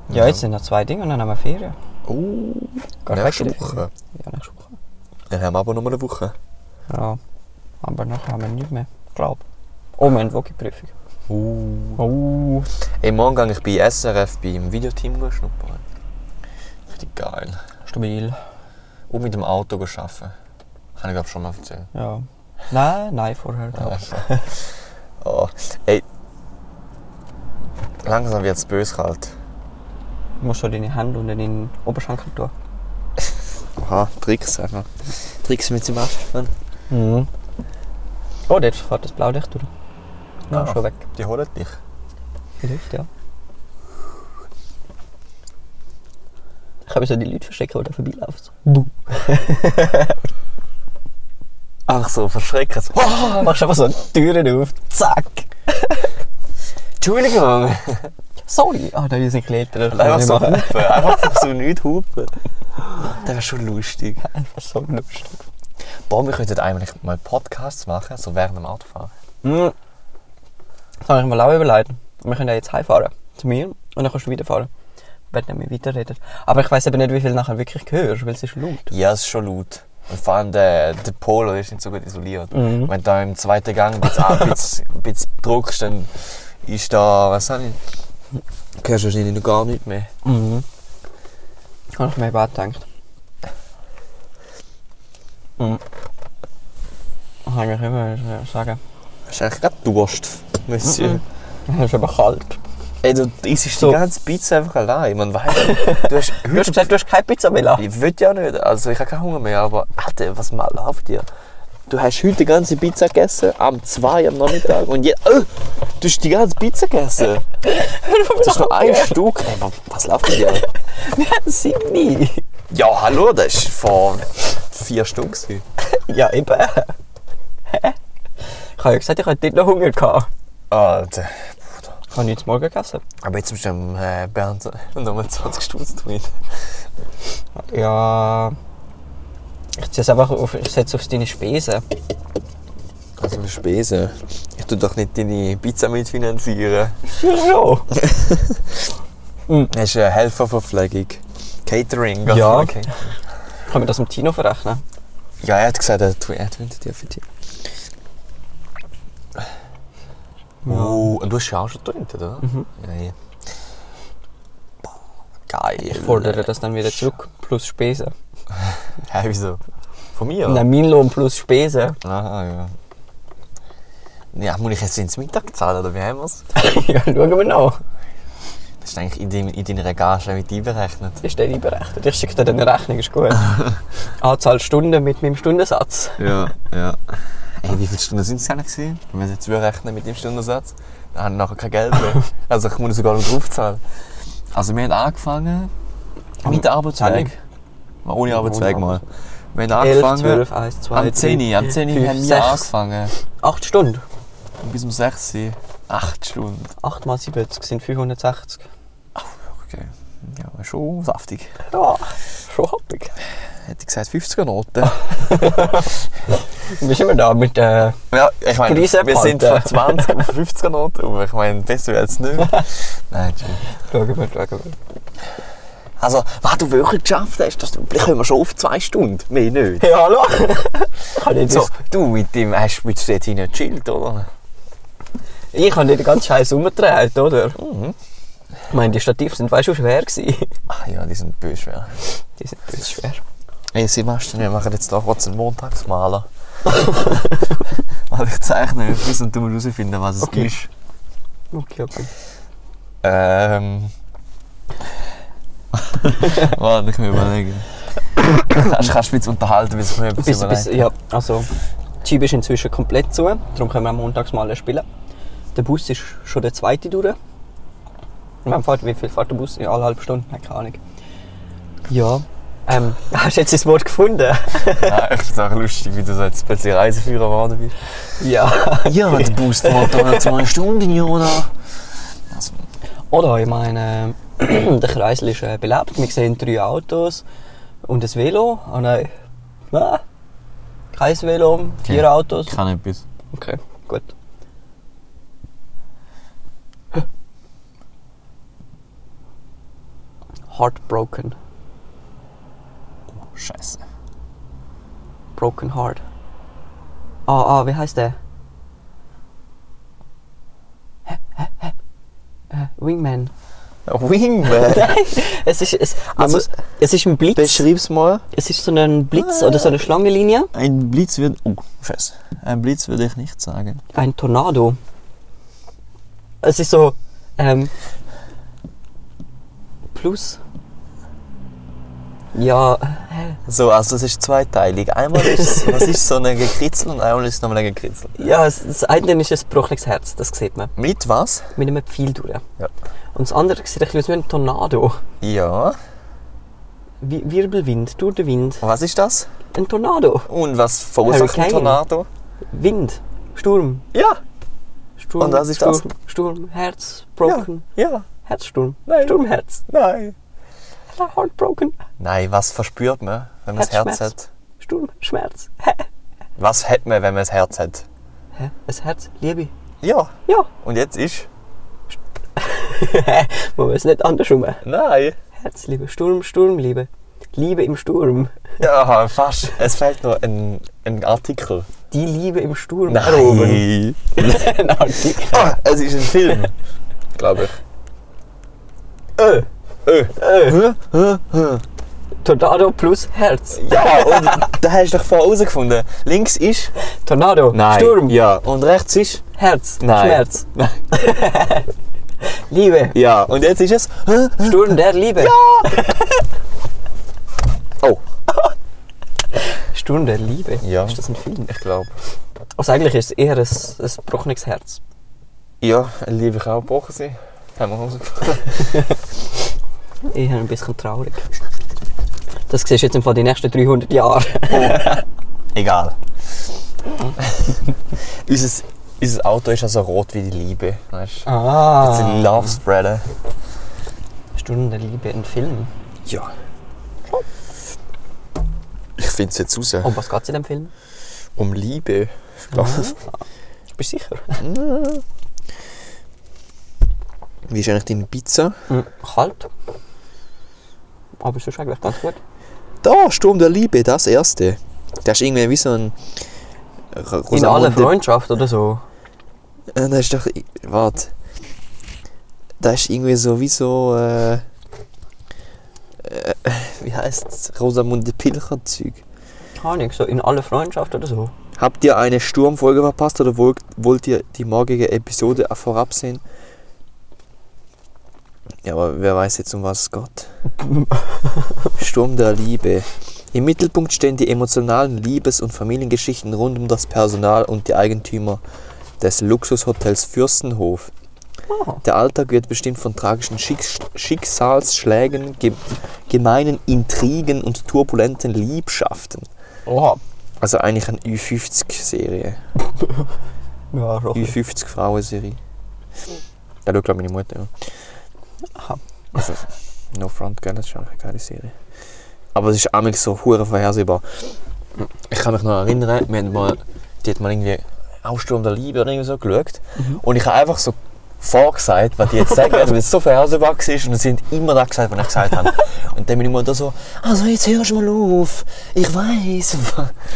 Ja, jetzt sind noch zwei Dinge und dann haben wir Ferien.
Uh,
Gehst
nächste
weg in die
Woche.
Ferien? Ja, nächste Woche.
Dann haben wir aber noch mal eine Woche.
Ja. Aber nachher haben wir nichts mehr. Glaub. Oh, wir haben Woki-Prüfung.
Uh.
Oh.
Ey, morgen gang ich bei SRF beim Videoteam go schnuppern. Richtig geil.
Stabil.
Und mit dem Auto go arbeiten. Habe ich glaube schon mal erzählt.
Ja. Nein, nein, vorher. glaub ich.
Oh. Ey. Langsam wird es bös kalt.
Du musst so deine Hände unter deinen Oberschenkel tun.
Aha, Tricks einfach. Tricks mit dem Abspann.
Mhm. Oh, dort fährt das Blaulicht durch. Ja,
Ah.
schon weg.
Die holen dich.
Hilft, ja. Ich habe so die Leute verstecken, die da vorbeilaufen. So.
Ach so, verschrecken.
Oh, machst einfach so Türen auf, zack.
Entschuldigung.
Sorry. Ah, da ist ein Kletter.
Einfach so hupen. Einfach so nicht hupen. Das wäre schon lustig.
Einfach so lustig.
Boah, wir könnten eigentlich mal Podcasts machen, so während dem Autofahren.
Mhm. Das habe ich mir auch überlegt. Wir können ja jetzt heimfahren. Zu mir. Und dann kannst du weiterfahren. Wenn du nicht mehr weiterredet. Aber ich weiß eben nicht, wie viel nachher wirklich hörst, weil es ist laut.
Ja, es ist schon laut. Und vor allem der, der Polo ist nicht so gut isoliert. Wenn du da im zweiten Gang ein bisschen, an- ein bisschen, ein bisschen drückst, dann ist da, was habe ich, hörst du wahrscheinlich noch gar nicht mehr.
Mhm. Habe ich mir eben auch gedacht. Mhm. Kann ich immer sagen.
Hast du eigentlich gerade Durst, Monsieur?
Es ist aber kalt.
Ey, du isst
So.
die ganze Pizza einfach allein. Man weiß, du hast
Du hast
heute...
gesagt, du hast keine Pizza mehr. lassen.
Ich will ja nicht, also ich habe keinen Hunger mehr, aber Alter, was mal läuft dir? Du hast heute die ganze Pizza gegessen, am 2 am Nachmittag und jetzt... Oh, du hast die ganze Pizza gegessen. Das ist nur ein Stück. Ey, wa- was läuft denn hier?
Sydney!
Ja, hallo, das ist vor vier Stunden. gewesen.
Ja, eben. Hä? Ich habe ja gesagt, ich hätte dort noch Hunger gehabt.
Alter.
Ich habe nichts morgen gegessen.
Aber jetzt bist du am äh, Bernd nochmal 20 Stunden drin.
Ja. Ich setze einfach auf, ich setze auf deine Spesen.
Also eine Spesen. Ich tu doch nicht deine Pizza mitfinanzieren.
Schon?
Das ist eine Helferverpflegung. Catering. ganz
Ja.
okay.
Können wir das dem Tino verrechnen?
Ja, er hat gesagt, er tu- er wünscht dir für dich. Oh, und du hast ja auch schon getrunken, oder? Mhm. Ja, ja. Boah, Geil.
Ich fordere das dann wieder zurück. Plus Spesen.
Hä, wieso? Von mir?
Nein, mein Lohn plus Spesen.
Aha, ja. Ja, muss ich jetzt ins Mittag zahlen oder wie haben wir es?
ja, schauen wir nach.
Das ist eigentlich in, dem, in deiner Gage mit einberechnet.
Ist dann einberechnet. Ich schicke dir dann eine Rechnung, ist gut. Anzahl Stunden mit meinem Stundensatz.
Ja, ja. Ey, wie viele Stunden sind es eigentlich gewesen? Wenn wir es jetzt rechnen mit dem Stundensatz, dann habe ich nachher kein Geld mehr. Also ich muss sogar noch draufzahlen. Also wir haben angefangen mit dem Arbeitsweg. Mal Ohne Arbeitsweg
Ohne
mal. Wir haben
11,
angefangen
12, 1, 2,
am 10 Uhr. Am 10 Uhr haben wir angefangen.
8 Stunden.
Und bis um 6 Uhr. 8 Stunden.
8 mal 70 sind 560.
Okay. Ja, schon saftig.
Ja, schon happig.
Hätte ich gesagt 50er Noten.
Wie sind wir da mit äh,
Ja, ich meine,
Gleise
wir sind von
behalten.
20 auf 50er Noten. aber um. Ich meine, besser wäre es nicht mehr. Nein, tschüss.
Schauen wir, schauen wir.
Also, was du wirklich geschafft hast, das können wir schon auf zwei Stunden, mehr nicht.
Ja, hallo! Kann ich,
So,
das,
du mit dem hast mit dem jetzt nicht gechillt, oder?
ich habe nicht den ganzen Scheiß umgedreht, oder? Ich meine, die Stative sind weißt du schwer gewesen.
Ach ja, die sind böse schwer.
Die sind böse schwer.
Ey, Sebastian, wir machen jetzt da kurz einen Montagsmaler. Weil ich zeichne etwas und du musst herausfinden, was es
Okay.
ist.
Okay, okay.
Ähm. Warte, ich muss überlegen. kannst, kannst du mich jetzt unterhalten, bis ich mir etwas
Bis, bis,
überlege?
ja, also die Scheibe ist inzwischen komplett zu, darum können wir am Montags mal spielen. Der Bus ist schon der zweite durch. Wann fährt, wie viel fährt der Bus? Ja, alle halbe Stunde? Nein, keine Ahnung. Ja. Ähm, hast du jetzt das Wort gefunden?
Nein, ich finde es auch lustig, wie du so jetzt plötzlich Reiseführer geworden bist.
ja.
Ja, der Bus dauert doch zwei Stunden, Jona. Also,
Oder ich meine, ähm, der Kreisel ist äh, belebt. Wir sehen drei Autos und ein Velo. Ah nein. Ah, kein Velo, vier
Okay.
Autos.
kann etwas.
Okay, gut. Heartbroken.
Scheiße.
Broken Heart. Ah, ah, wie heißt der? Hä, hä, hä? Äh, Wingman.
Wingman.
Es ist, es, man
Also,
muss, es ist ein Blitz.
Beschreib's mal.
Es ist so ein Blitz oder
Ah.
so eine Schlangenlinie.
Ein Blitz wird. Oh, Scheiße. Ein Blitz würde ich nicht sagen.
Ein Tornado. Es ist so. Ähm, plus. Ja.
So, also das ist zweiteilig. Einmal ist es, was ist so ein Gekritzel und einmal ist es nochmal ein Gekritzel.
Ja, es- das eine ist ein gebrochenes Herz, das sieht man.
Mit was?
Mit einem Pfeil durch.
Ja.
Und das andere sieht ein bisschen aus wie ein Tornado.
Ja.
Wie Wirbelwind, durch den Wind.
Was ist das?
Ein Tornado.
Und was verursacht ein
Hurricane.
Tornado?
Wind. Sturm.
Ja.
Sturm.
Und was ist
Sturm,
das?
Sturm, Herz,
Ja.
broken.
ja.
Herzsturm.
Nein.
Sturmherz.
Nein.
Heartbroken.
Nein, was verspürt man, wenn man das Herz
Herzschmerz.
hat?
Sturm, Schmerz. Hä?
Was hat man, wenn man das Herz hat?
Hä? Ein Herz, Liebe.
Ja.
Ja.
Und jetzt ist?
Man muss nicht andersrum.
Nein.
Herzliebe, Sturm, Sturmliebe. Liebe im Sturm.
Ja, fast. Es fehlt noch ein, ein Artikel.
Die Liebe im Sturm erobern. Ein Artikel.
Ah, es ist ein Film. Glaube ich.
Ö.
Ö.
Ö. Tornado plus Herz.
Ja, und da hast du doch vorher herausgefunden. Links ist
Tornado. Sturm.
Ja. Und rechts ist
Herz.
Nein.
Schmerz. Liebe.
Ja. Und jetzt ist es. Hä?
Sturm der Liebe.
Oh.
Sturm der Liebe.
Ja.
Ist das ein Film?
Ich glaube.
Also eigentlich ist es eher ein, ein gebrochenes Herz.
Ja, liebe ich auch gebrochen sein. Haben wir herausgefunden.
Eher ein bisschen traurig. Das siehst du jetzt im Fall die nächsten 300 Jahre.
Egal. unser, unser Auto ist also rot wie die Liebe. Weißt du? Das
Ah.
sind Love Spreader.
Sturm der Liebe, ein Film.
Ja. Ich finde es jetzt raus.
Um was geht es in dem Film?
Um Liebe. Ich glaub.
Bist du sicher?
Wie ist eigentlich deine Pizza?
Mhm. Kalt. Aber sonst eigentlich ganz gut.
Da, Sturm der Liebe, das erste. Das ist irgendwie wie so ein.
In aller Freundschaft oder so.
Das Äh, ist doch. Warte. Das ist irgendwie so wie so. Äh, äh, wie heißt's? Rosamunde Pilcher-Zeug.
Keine Ahnung, so in aller Freundschaft oder so.
Habt ihr eine Sturmfolge verpasst oder wollt, wollt ihr die morgige Episode auch vorabsehen? Ja, aber wer weiß jetzt, um was es geht? Sturm der Liebe. Im Mittelpunkt stehen die emotionalen Liebes- und Familiengeschichten rund um das Personal und die Eigentümer des Luxushotels Fürstenhof.
Genau. Ah,
Der Alltag wird bestimmt von tragischen Schicks Schicksalsschlägen, ge gemeinen Intrigen und turbulenten Liebschaften.
Oha.
Also eigentlich eine Ü50-Serie.
Ja, schon.
Ü50-Frauen-Serie. Da schaut glaube meine Mutter, ja.
Aha.
Also, no front, gell, das ist schon eine geile Serie. Aber es ist auch so hure vorhersehbar. Ich kann mich noch erinnern, wir haben mal, die hat mal irgendwie Aussturm der Liebe oder irgendwie so geschaut. Und ich habe einfach so vorgesagt, was die jetzt sagen, weil es so vorhersehbar war und sie haben immer das gesagt, was ich gesagt habe. Und dann bin ich mal da so, also jetzt hörst du mal auf, ich weiß.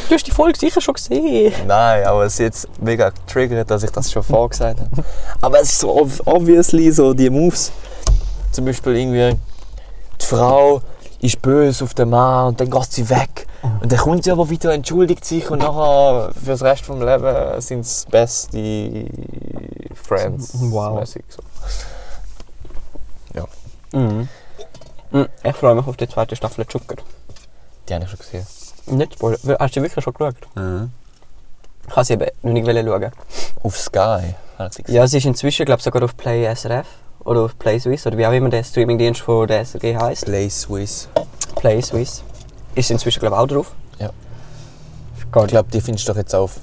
Du hast die Folge sicher schon gesehen.
Nein, aber es ist jetzt mega getriggert, dass ich das schon vorgesagt habe. Aber es ist so ob- obviously so die Moves. Zum Beispiel irgendwie die Frau ist böse auf den Mann und dann geht sie weg.
Mhm.
Und dann kommt sie aber wieder, entschuldigt sich und nachher für das Rest vom Leben sind es beste Friends.
Wow.
mäßig So.
Mhm. Mhm, Ich freue mich auf die zweite Staffel Zucker.
Die habe ich schon gesehen.
Nicht Spoiler. Hast du die wirklich schon geschaut? Mhm. Ich habe sie eben noch nicht schauen.
Auf Sky habe ich sie gesehen.
Ja, sie ist inzwischen, glaube ich, sogar auf Play SRF oder auf Play Swiss oder wie auch immer der Streamingdienst von der SRG heisst.
Play Swiss.
Play Swiss. Ist sie inzwischen, glaube ich, auch drauf.
Ja.
Gar
Ich glaube, die findest du doch jetzt auf.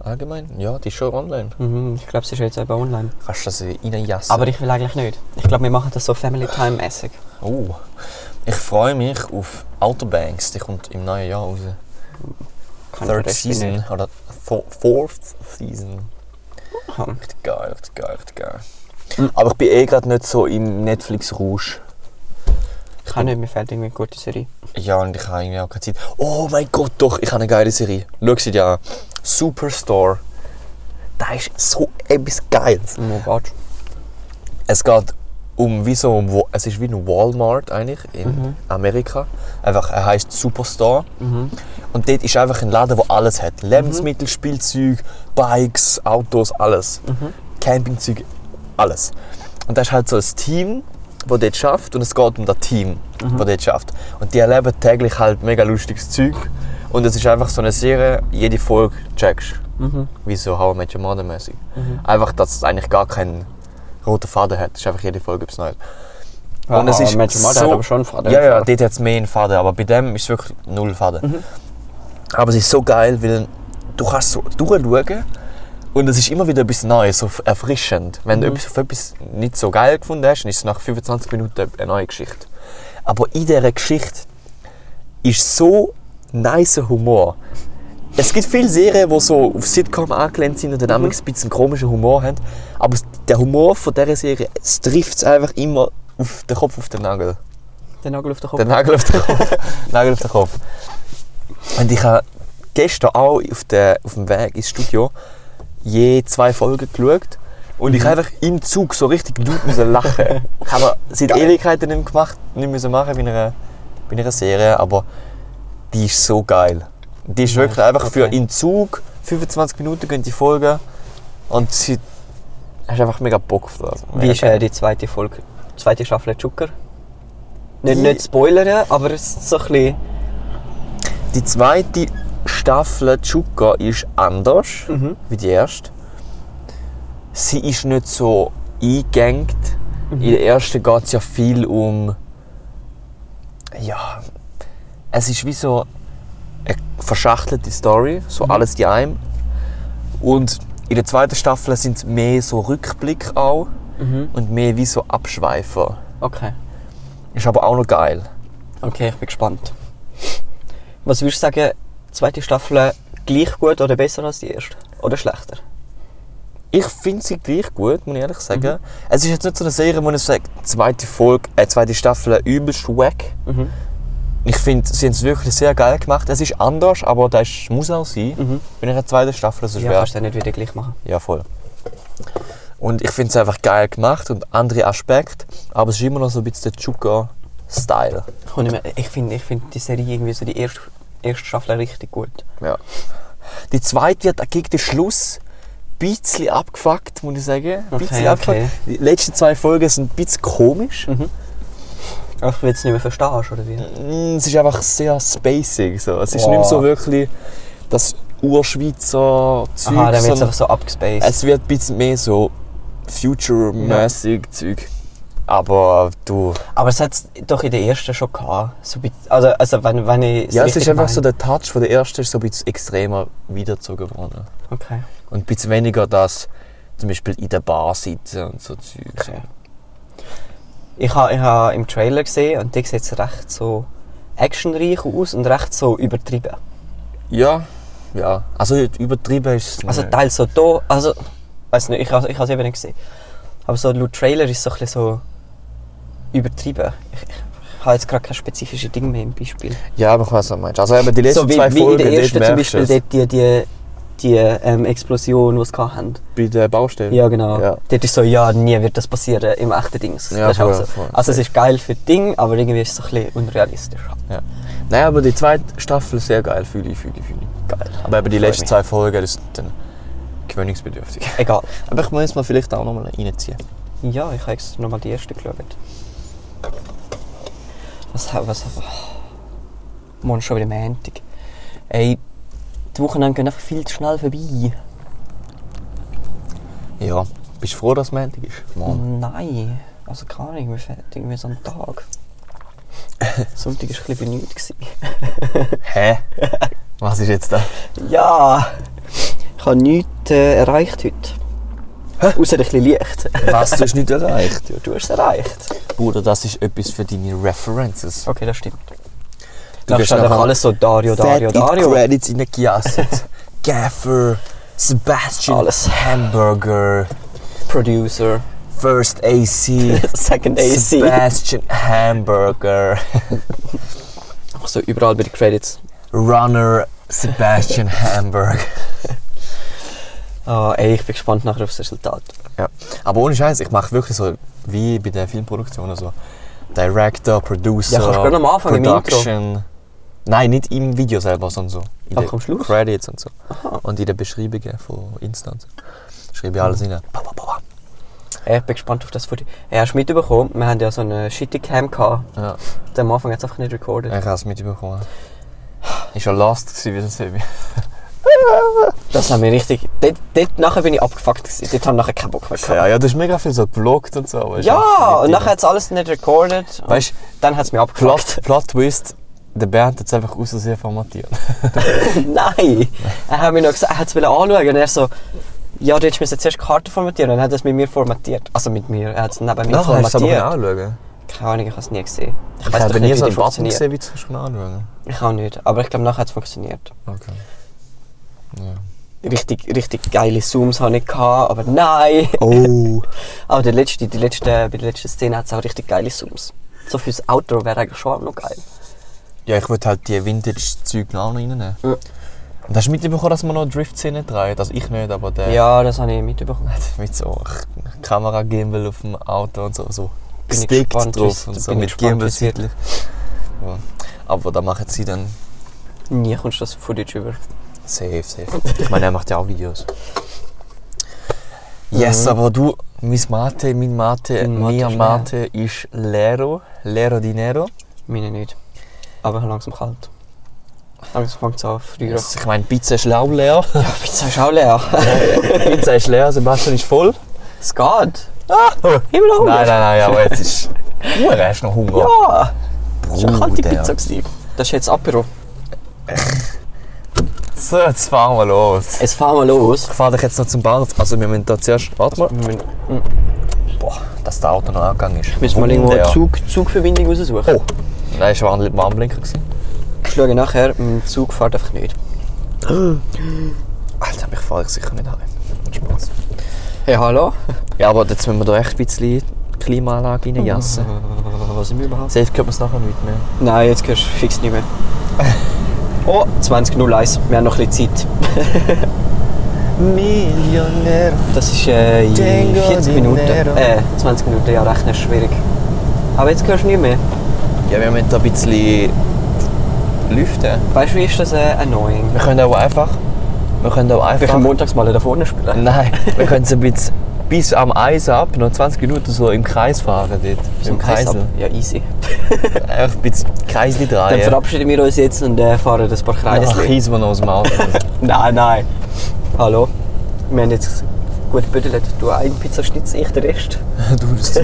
Allgemein? Ja, die ist schon online.
Mhm, ich glaube, sie ist jetzt eben online.
Kannst du das reinjassen?
Aber ich will eigentlich nicht. Ich glaube, wir machen das so Family Time-mäßig.
Oh, ich freue mich auf Outer Banks, die kommt im neuen Jahr raus.
Kann ich
Third
das
Season
nicht.
oder four, Fourth Season.
Aha.
Richtig geil, richtig geil, richtig geil. Aber ich bin eh gerade nicht so im Netflix-Rausch.
Ich kann nicht, mir fehlt irgendwie eine gute Serie.
Ja, und ich habe irgendwie auch keine Zeit. Oh mein Gott, doch, ich habe eine geile Serie. Schau sie dir an. Superstore. Da ist so etwas Geiles.
Oh Gott.
Es geht um wie so, um, Wa- es ist wie ein Walmart eigentlich in Amerika. Einfach, er heißt Superstore. Und dort ist einfach ein Laden, wo alles hat. Lebensmittel, Spielzeug, Bikes, Autos, alles. Campingzeug, alles. Und das ist halt so ein Team, das dort schafft und es geht um das Team, das dort schafft. Und die erleben täglich halt mega lustiges Zeug. Und es ist einfach so eine Serie, jede Folge checkst. Wie so How I Met Your Mother mäßig. Einfach, dass es eigentlich gar keinen roten Faden hat. Es ist einfach jede Folge etwas Neues. Und es ist
Ah, Mensch, Mann, der
so-
hat aber schon einen Faden.
Ja, ja, dort hat es mehr einen Faden, aber bei dem ist es wirklich null Faden.
Mhm.
Aber es ist so geil, weil du kannst so durchschauen und es ist immer wieder etwas Neues, so erfrischend. Wenn
Mhm.
du etwas, auf etwas nicht so geil gefunden hast, dann ist es nach 25 Minuten eine neue Geschichte. Aber in dieser Geschichte ist so nicer Humor. Es gibt viele Serien, die so auf Sitcom angelehnt sind und dann mhm. ein bisschen komischen Humor haben. Aber der Humor von dieser Serie es trifft es einfach immer auf den Kopf auf den Nagel.
Der Nagel auf den Kopf.
Der Nagel auf den Kopf. Nagel auf den Kopf. Und ich habe gestern auch auf, der, auf dem Weg ins Studio je zwei Folgen geschaut. Und ich habe einfach im Zug so richtig laut müssen lachen. Ich habe seit Ewigkeiten nicht mehr gemacht, nicht müssen machen bei einer, bei einer Serie, aber die ist so geil. Die ist wirklich einfach für
okay.
im Zug, 25 Minuten gehen die Folgen und sie hast einfach mega Bock auf das.
Wie ist äh, die zweite Folge, zweite Staffel Zucker? Nicht,
Die-
nicht spoilern, aber es ist so ein bisschen...
Die zweite Staffel Chuka ist anders wie die erste. Sie ist nicht so eingängt. In der ersten geht es ja viel um. Ja. Es ist wie so eine verschachtelte Story, so alles die einem. Und in der zweiten Staffel sind es mehr so Rückblick auch und mehr wie so Abschweifer.
Okay.
Ist aber auch noch geil.
Okay, ich bin gespannt. Was würdest du sagen, zweite Staffel gleich gut oder besser als die erste? Oder schlechter?
Ich finde sie gleich gut, muss ich ehrlich sagen.
Mhm.
Es ist jetzt nicht so eine Serie, wo ich sage, zweite Folge, äh, zweite Staffel übelst wack.
Mhm.
Ich finde, sie haben es wirklich sehr geil gemacht. Es ist anders, aber das ist, muss auch sein. Wenn ich eine zweite Staffel so
Mhm. Ja,
schwer.
kannst du ja nicht wieder gleich machen.
Ja, voll. Und ich finde es einfach geil gemacht und andere Aspekte, aber es ist immer noch so ein bisschen der Chuka-Style.
Und ich meine, ich finde ich find die Serie irgendwie so die erste, erste Staffel richtig gut.
Ja. Die zweite wird gegen den Schluss bisschen abgefuckt, muss ich sagen. Ein bisschen
Okay,
abgefuckt.
okay.
Die letzten zwei Folgen sind ein bisschen komisch.
Einfach weil du es nicht mehr verstehst, oder wie?
Mm, Es ist einfach sehr spacig. So. Es ist
Boah.
nicht mehr so wirklich das Urschweizer Zeug.
Aha, dann wird es
sondern
einfach so abgespaced.
es wird ein bisschen mehr so future-mäßig Zeug. Aber du.
Aber es hat doch in der ersten schon gehabt. So bi- also, also wenn, wenn ich
Ja, es ist
richtig
einfach
meine.
so der Touch von der ersten ist so ein bisschen extremer wiederzogen worden.
Okay.
Und ein bisschen weniger das zum Beispiel in der Bar sitzen und so Zeug.
okay. Ich habe ich ha im Trailer gesehen und die sieht recht so actionreich aus und recht so übertrieben.
Ja, ja. Also übertrieben ist es
Also
nicht.
teils so da, also weiß nicht, ich habe ich es eben nicht gesehen. Aber so laut Trailer ist es so ein bisschen so übertrieben. Ich, ich, ich habe jetzt gerade kein spezifisches Ding mehr im Beispiel.
Ja, aber ich weiß, was du meinst. Also eben die letzten
so wie,
zwei
wie in
Folgen,
der
dort
ersten zum
merkst du
Beispiel
es.
dort die, die, die ähm, Explosion, die sie hatten.
bei der Baustelle.
Ja, genau.
Ja.
Dort ist so, ja, nie wird das passieren im echten Dings.
Ja,
das ist auch so.
voll, voll.
Also es ist geil für Ding, aber irgendwie ist es so ein bisschen unrealistisch.
Ja. Nein, aber die zweite Staffel sehr geil, fühle ich, fühle ich, fühle ich.
Geil.
Aber eben die
Freu
letzten
mich.
zwei Folgen, das sind dann gewöhnungsbedürftig.
Egal.
Aber ich muss jetzt mal vielleicht auch nochmal reinziehen.
Ja, ich habe jetzt nochmal die erste geschaut. Was habe was oh. Morgen schon wieder Montag. Ey, die Wochenende gehen einfach viel zu schnell vorbei.
Ja. Bist du froh, dass es Montag ist? Morgen.
Oh Nein, also keine Ahnung, mir fehlt irgendwie so ein Tag. Sonntag war ein bisschen benüht. gewesen.
Hä? Was ist jetzt da?
Ja, ich habe nichts äh, erreicht heute. Außer ein bisschen Licht.
Was, du hast nicht erreicht?
Ja, du hast es erreicht.
Bruder, das ist etwas für deine References.
Okay, das stimmt.
Du
Du
bist
bist einfach
einfach
alles so Dario, Dario,
Fat in
Dario.
Credits in der Kiasset. Gaffer, Sebastian,
Alles.
Hamburger,
Producer,
First AC,
Second AC.
Sebastian Hamburger,
Einfach so überall bei den Credits.
Runner, Sebastian Hamburger.
Ah, ey, ich bin gespannt nachher auf das Resultat.
Ja. Aber ohne Scheiß, ich mache wirklich so wie bei den Filmproduktionen so Director, Producer,
Ja, kannst du gerade am Anfang im Intro.
Production. Nein, nicht im Video selber, sondern so in
Ach,
den
am Schluss?
Credits und so. Und in den Beschreibungen von Instanz. Schreibe ich alles rein. Ba, ba, ba,
Ey, ich bin gespannt auf das Foto. Ey, hast du mitbekommen? Wir haben ja so eine shitty Cam gehabt.
ba. Ja,
Und Am Anfang hat es einfach nicht recorded.
ich habe es mitbekommen. Ich war lost, gewesen, wie das Baby.
Das haben wir richtig... Dort, dort nachher bin ich abgefuckt gewesen. Dort haben wir nachher keinen Bock mehr gehabt.
Ja, ja, du hast mega viel so gevloggt und so. Aber ist einfach
Ja,
nicht
und
drin.
nachher hat es alles nicht recorded. und
Weißt du,
dann hat es mich abgefuckt.
Plot, Plot Twist, der Bernd hat es einfach aus sehr formatiert.
Nein! Er hat mir noch gesagt, er hat es anschauen und er so, ja, du hättest zuerst die Karte formatieren und dann hat er es mit mir formatiert. Also mit mir, er hat es neben mir formatiert.
anschauen.
Keine Ahnung, ich habe es nie gesehen. Ich,
Ich
weiss
habe
doch
nie
nicht,
so
wie die
einen Button
funktioniert.
gesehen, wie du es anschauen
Ich auch nicht, aber ich glaube, nachher hat es funktioniert.
Okay. Ja.
Richtig, richtig geile Zooms habe ich gehabt, aber nein!
Oh.
Aber der letzte, die letzte, bei der letzten Szene hat es auch richtig geile Zooms. So fürs Outro wäre eigentlich schon auch noch geil.
Ja, ich würde halt die Vintage-Zeug noch reinnehmen.
Ja.
Und hast du mitbekommen, dass wir noch Drift-Szenen drehen? Also ich nicht, aber der
Ja, das habe ich mitbekommen.
mit so Kamera-Gimbal auf dem Auto und so, so
Bin ich
gestickt
gespannt,
drauf
wie's-
und so
bin ich
mit
gespannt,
Gimbal
wie's wird.
seitlich. Ja. Aber da machen sie dann
Nie kommst du das Footage über.
safe, safe. ich meine, er macht ja auch Videos. Yes, aber du, mein Mate, mein Mate,
Dein Mhm. Mate
mia
ist leer.
Mate ist Lero, Lero Dinero.
Meine nicht. Aber ich habe langsam kalt. Langsam fängt es an, früher.
Yes. Ich meine, Pizza ist lau leer.
Ja, Pizza ist auch leer.
Pizza ist leer, Sebastian ist voll.
Es geht.
Ah, oh.
Immer noch Hunger.
Nein, nein, nein, aber jetzt ist. Uhr, hast du noch Hunger?
Ja, das war eine kalte
Bruder.
Pizza. gewesen. Das ist jetzt Apero.
So, jetzt fahren wir los.
Jetzt fahren wir los.
Ich fahre dich jetzt noch zum Bahnhof. Also, wir müssen da zuerst. Warte mal.
Wir müssen- Mm.
Boah, dass der Auto noch angegangen ist.
müssen mal irgendwo
Wunder,
eine
ja.
Zug, Zugverbindung raussuchen.
Oh, nein, ich war ein Warnblinker. gewesen.
Ich schaue nachher, im Zug fährt einfach nicht.
Alter, mich fahre ich sicher nicht heim. Mit Spaß.
Hey, hallo?
Ja, aber jetzt müssen wir da echt ein bisschen die Klimaanlage reinjassen.
Wo sind wir überhaupt?
Safe können wir es nachher nicht mehr.
Nein, jetzt gehörst du fix nicht mehr. Oh, 20.01. Wir haben noch ein bisschen Zeit.
Millionär.
Das ist äh, in
Django
40 Minuten.
Dinero.
Äh, 20 Minuten, ja, rechnen ist schwierig. Aber jetzt gehörst du nicht mehr.
Ja, wir müssen da ein bisschen lüften.
Weißt du, wie ist das äh, annoying?
Wir können auch einfach Wir können auch
Wir
einfach.
können montags mal da vorne spielen.
Nein, wir können so ein bisschen bis am Eis ab, noch 20 Minuten so im Kreis fahren dort. Im Kreisel.
Ja, easy.
Einfach ein bisschen Kreisli
Dann
drehen.
verabschieden wir uns jetzt und äh, fahren ein paar
Dann
Kreisli.
kreisen wir noch aus dem Auto.
Nein, nein. Hallo. Wir haben jetzt gut gebüdelt. Du einen Pizzastitz, ich den Rest.
du, das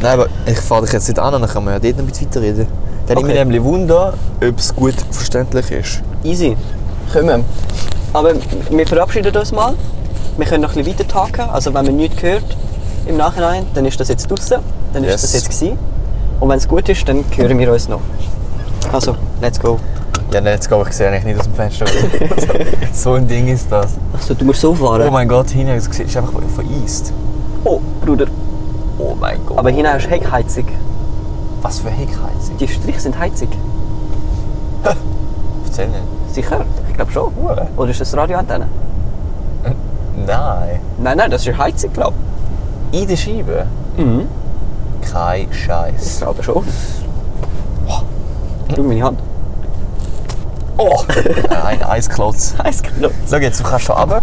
Nein, aber ich fahre dich jetzt nicht an, dann können wir ja dort noch ein bisschen weiterreden. Dann okay.
Okay.
ich mich nämlich wunder, ob es gut verständlich ist.
Easy. Kommen. Aber wir verabschieden uns mal. Wir können noch ein bisschen weiter tagen. Also wenn man nichts hört im Nachhinein, dann ist das jetzt draußen. Dann ist
Yes.
das jetzt gewesen. Und wenn es gut ist, dann hören wir uns noch. Also, let's go.
Ja, nein, jetzt gehe ich sehe eigentlich nicht aus dem Fenster. so ein Ding ist das.
Also, du musst so
Oh
fahren.
mein Gott, hinten ist es einfach vereist.
Oh, Bruder.
Oh mein Gott.
Aber hinten hast du Heckheizung.
was für Heckheizung?
Die Striche sind heizig.
Erzähl nicht.
Sicher? Ich glaube schon.
Hure.
Oder ist das Radioantenne?
Nein.
Nein, nein, das ist Heizung, glaube
In der Scheibe?
ich. Mhm.
Kein
Ich
Scheiß.
glaube schon. Schau meine Hand.
Oh! Ein Eisklotz.
Heißklopf.
So, jetzt, du kannst schon runter.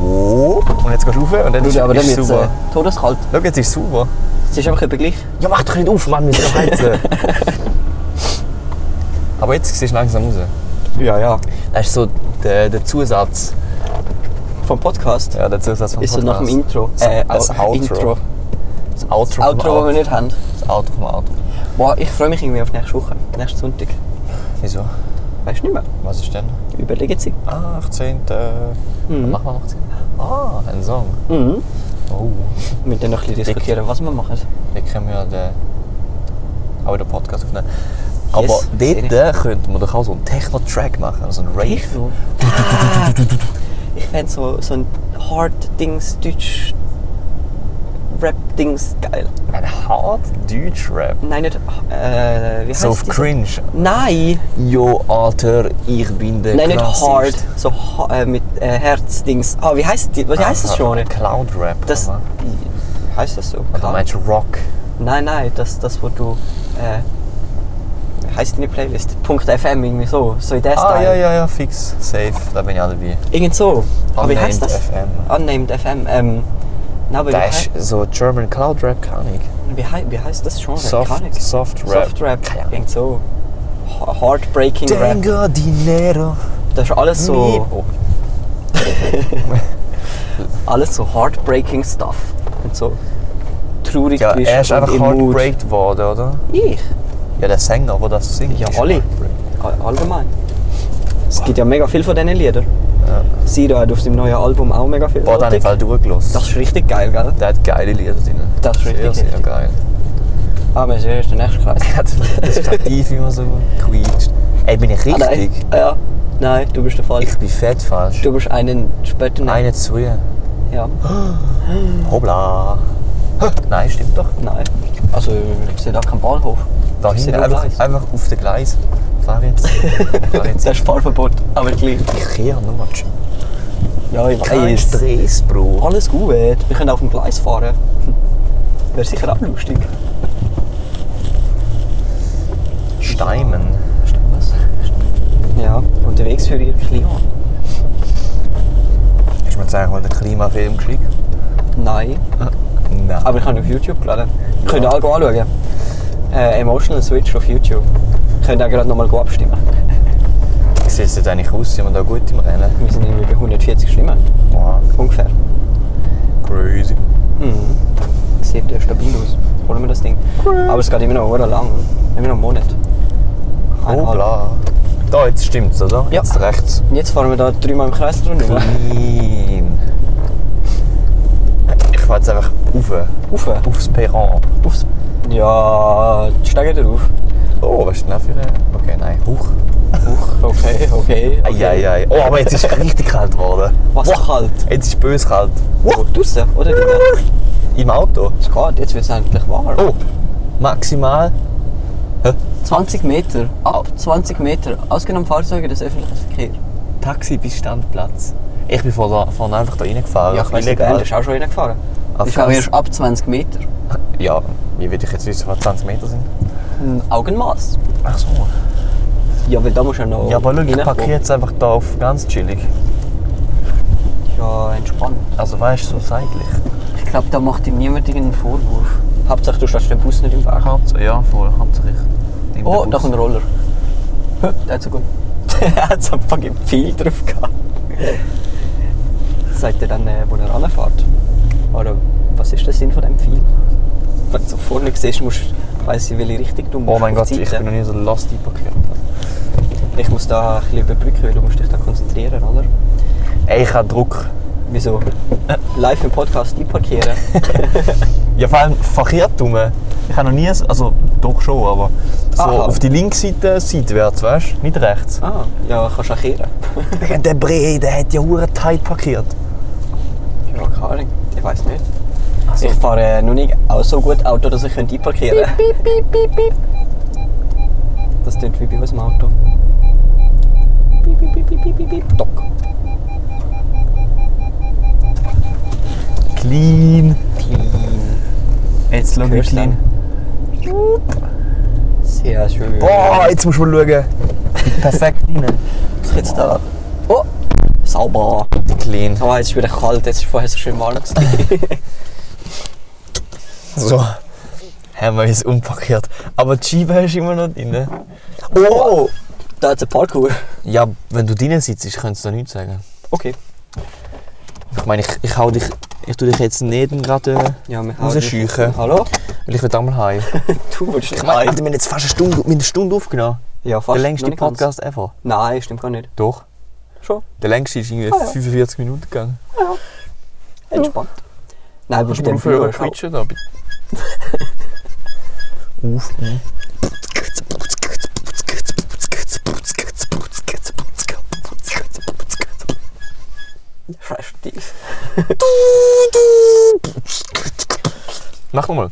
Oh. Und jetzt gehst du rauf und dann ist,
Aber dann
ist
wird es äh,
sauber.
todeskalt.
Schau, jetzt ist es sauber.
Es ist einfach etwa gleich.
Ja, mach doch nicht auf, Mann, mit der Heize. Aber jetzt siehst du langsam raus.
Ja, ja.
Das ist so der, der Zusatz.
Vom Podcast
Ja, der Zusatz vom
ist so nach dem
Podcast.
Intro.
So, das
Äh, au-
Outro.
Intro.
Das Outro, vom
Outro, das wir nicht haben.
Das Outro vom Auto.
Boah, ich freue mich irgendwie auf nächste Woche. Nächsten Sonntag.
Wieso?
Weißt du nicht mehr?
Was ist denn?
Überlegen Sie.
18. Mhm. Machen wir 18. Ah, ein Song.
Mhm.
Oh.
Wir müssen dann noch ein bisschen diskutieren, was wir machen.
Wir können ja den, auch den Podcast aufnehmen. Aber
sehr
dort äh, könnten wir doch auch so einen Techno-Track machen, so einen Rave.
Techno. Ah! Ich fände so, so ein Hard-Dings, Deutsch. Rap-Dings geil.
Ein hart Deutsch-Rap.
Nein, nicht. Äh, wie heißt
So auf Cringe.
Nein!
Jo, Alter, ich bin der
Nein, nicht
Klassist.
hard, so ha äh, mit äh, Herzdings. Ah, wie heißt die? Was heißt das schon?
Cloud-Rap.
Das
oder?
heißt das so?
Oder meinst du Rock?
Nein, nein, das, das wo du äh, wie heißt deine Playlist Punkt .fm irgendwie so, so in der
Ah,
Style.
ja, ja, ja, fix. Safe. Da bin ich auch dabei.
Irgend so. Aber wie
Unnamed
heißt das?
FM.
Unnamed FM. Ähm, nein, aber wie,
Da ist
hei
so German Cloud-Rap, kann ich.
wie, hei wie heißt das Genre?
Soft-
Keine Ahnung.
Soft Rap.
Soft Rap.
Keine Ahnung.
Irgend so. Ha- Heartbreaking Rap.
Tengo Dinero.
Das ist alles so.
Oh.
alles so heartbreaking stuff und so traurig
Ja,
bist
er ist
und
einfach
im Mood.
heartbreaked worden, oder?
Ich?
Ja, der Sänger, der das singt.
Ja,
ist
alle.
heartbreaked.
All- Allgemein. Es gibt ja mega viel von diesen Liedern. Sido hat auf seinem neuen Album auch mega viel.
Boah, da habe ich
Fertig.
im Fall durchgelassen.
das ist richtig geil, gell?
der hat geile Lieder drin.
Das ist richtig
Sehr, sehr
heftig.
geil.
Aber es ist der nächste Kreis.
Er hat das Stativ immer so quietscht. Ey, bin ich
Ah, nein.
richtig?
Ah, ja. Nein, du bist der
Ich
Falsche.
bin fett falsch.
Du bist einen später nicht.
Eine, zwei.
Ja.
Hoppla. Hä? Nein, stimmt doch.
Nein. Also, ich sehe da keinen Bahnhof.
Da
Ich sehe
hinten
nur
einfach,
Gleis.
einfach auf dem Gleis. Fahr jetzt. Fahr jetzt.
Das ist Fahrverbot, aber gleich.
Ich kehre nur.
Ja, ich
Kein Stress, Bro.
Alles gut. Wir können auf dem Gleis fahren. Wäre sicher auch lustig.
Steimen.
Stimmt was? Ja, unterwegs für ihr Klima.
Hast du mir jetzt eigentlich mal den Klimafilm geschickt?
Nein.
Nein.
Aber ich habe ihn auf YouTube geladen. Könnt ihr alle anschauen. Äh, Emotional Switch auf YouTube. Könnt ihr auch gerade nochmal abstimmen.
Wie sieht es jetzt eigentlich aus? Sind wir da gut im Rennen?
Wir sind irgendwie bei 140 Stimmen.
Wow,
Ungefähr.
crazy.
Mhm. Sieht ja stabil aus. Holen wir das Ding. Aber es geht immer noch Ohren lang. Immer noch einen Monat. Eineinhalb.
Hoppla. Da, jetzt stimmt's, oder?
Ja.
Jetzt rechts.
Und jetzt fahren wir da dreimal im Kreis drum.
Clean. Ich will jetzt einfach rauf.
Rauf.
Aufs Perron.
Aufs. Ja, steigen wir auf.
Oh, was ist denn das für eine... Okay, nein. Huch.
Huch, okay, okay. okay.
Eieiei. Oh, aber jetzt ist es richtig kalt geworden.
Was
Wow.
kalt?
Jetzt ist es böse kalt. Wow.
Draussen, oder? drinnen?
Im Auto.
Es geht, jetzt wird es endlich warm.
Oh. Maximal.
20 Meter, ab 20 Meter, ausgenommen Fahrzeuge des öffentlichen Verkehrs.
Taxi bis Standplatz. Ich bin vor da, vorne einfach da reingefahren.
weiss nicht, Bern ist auch schon reingefahren. Das
Auf
ist auch
Gas.
erst ab 20 Meter.
Ja, wie würde ich jetzt wissen, was 20 Meter sind?
Ein Augenmaß.
Ach so.
Ja, weil da musst du ja noch
Ja, aber schau, ich
reinkommen.
parkiere jetzt einfach da auf ganz chillig.
mega entspannt.
Also weißt du, so seitlich.
Ich glaube, da macht ihm niemand irgendeinen Vorwurf. Hauptsache, du stehst den Bus nicht im Weg.
Hauptsache, ja, voll, hauptsächlich.
Oh, da kommt ein Roller. Hö, Der hat so gut. Der hat so ein fucking viel drauf gehabt. Sagt er dann, äh, wo er ranfährt? Oder was ist der Sinn von dem Pfeil? Wenn du so vorne siehst, musst weiss ich, welche Richtung du musst.
Oh mein
auf
Gott,
die
ich
Seite.
bin noch nie so lastig parkiert.
Ich muss da ein bisschen überbrücken, weil du musst dich da konzentrieren, oder?
Ey, ich habe Druck.
Wieso? Äh, Live im Podcast nicht parkieren.
Ja, vor allem verkehrt rum. Ich habe noch nie, so- also doch schon, aber so
Aha.
auf die linke Seite seitwärts, weißt du? Nicht rechts.
Ah, ja, kannst auch kehren.
Der Bre, der hat ja hure tight parkiert.
Ja, keine Ahnung. Ich weiß nicht. Ich fahre äh, noch nicht auch so gut Auto, dass ich könnte einparkieren könnte. Piep, piep, piep, piep. Das klingt wie bei uns im Auto. Piep, piep, piep, piep, piep, piep, piep. Dock.
Clean.
Clean.
Jetzt schau ich
Hörst du
clean.
Sehr schön.
Boah, jetzt musst du mal schauen. Perfekt rein.
Was jetzt da? Oh, sauber.
Clean.
Oh, jetzt ist wieder kalt. Jetzt war vorher so schön warm. gewesen.
So. Haben wir es unparkiert. Aber die Scheibe hast du immer noch drin.
oh, da hat es ein Parkour.
Ja, wenn du drinnen sitzt, könntest du da nichts sagen.
Okay.
Ich meine, ich, ich hau dich. Ich tu dich jetzt nicht gerade. äh,
Ja, wir
Raus
hauen-
scheuchen.
Hallo?
Weil ich will einmal heim.
Du willst
Ich meine, Alter, wir haben jetzt fast eine Stunde, wir haben eine Stunde aufgenommen.
Ja, fast.
Der
Noch
längste
nicht ganz.
Podcast ever.
Nein, stimmt gar nicht.
Doch.
Schon.
Der längste ist irgendwie 45 Minuten gegangen.
Entspannt. Nein, aber
Kannst
mit
du
dem
mal aufhören zu
Blue-
quitschen da bitte? Auf.
Scheiß Stief.
Mach nochmal.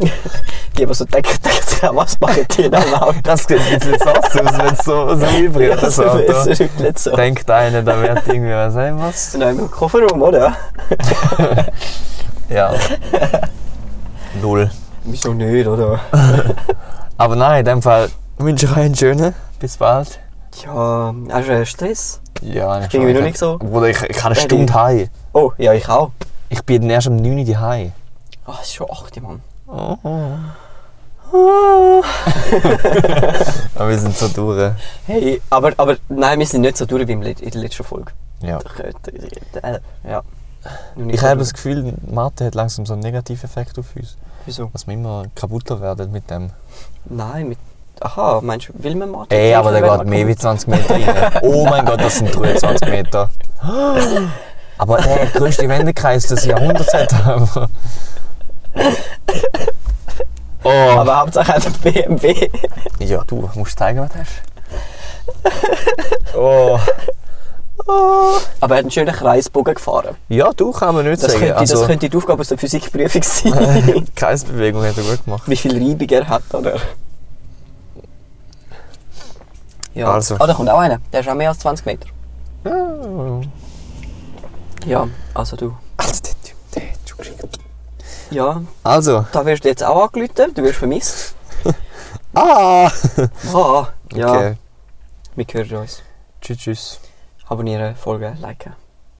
Die, die so denken, denken sich auch, was machen die da im Auto?
Das sieht jetzt nicht so aus, als wenn es so, so vibriert.
Das
das
ist
Auto.
wirklich nicht so.
Denkt einer, da wird irgendwie was sein, was?
Nein, im Kofferraum, oder?
Ja. Null.
Wieso nicht, oder?
Aber nein, in dem Fall wünsche ich euch einen schönen. Bis bald.
Ja, hast du äh, Stress?
Ja, ich
Irgendwie noch nicht so.
Bruder, ich, ich habe eine
Ready.
Stunde heim.
Oh, ja, ich auch.
Ich bin erst um 9 Uhr heim.
Ah, es ist schon 8, Mann. Ah.
Aber wir sind so durch.
Hey, aber, aber nein, wir sind nicht so durch wie im Let- in der letzten Folge.
Ja.
Doch, äh, äh, Ja. Noch nicht
Ich
so
habe
durch.
das Gefühl, Mathe hat langsam so einen Negativeffekt auf uns.
Wieso?
Dass wir immer kaputter werden mit dem.
Nein, mit... Aha, meinst du, will man mal...
Ey, aber der geht mehr wie 20 Meter rein. Oh mein Gott, das sind 23 Meter. Aber äh, der größte Wendekreis des Jahrhunderts hat er. Oh,
Aber Hauptsache der BMW.
ja, du musst zeigen, was du hast. Oh. oh.
Aber er hat einen schönen Kreisbogen gefahren.
Ja, du kann man nicht
Das
sagen.
könnte,
also,
das könnte die Aufgabe aus der Physikprüfung sein.
Kreisbewegung hat er gut gemacht.
Wie viel Reibung er hat, oder? Ja.
Also.
Ah, da kommt auch einer. Der ist auch mehr als 20 Meter. Ja, also du.
Also, der Typ, der hat schon geschickt.
Ja,
Also,
da wirst du jetzt auch angelütert. Du wirst vermisst.
ah!
Ah, ja.
Okay.
Wir hören uns.
Tschüss, tschüss.
Abonnieren, folgen, liken.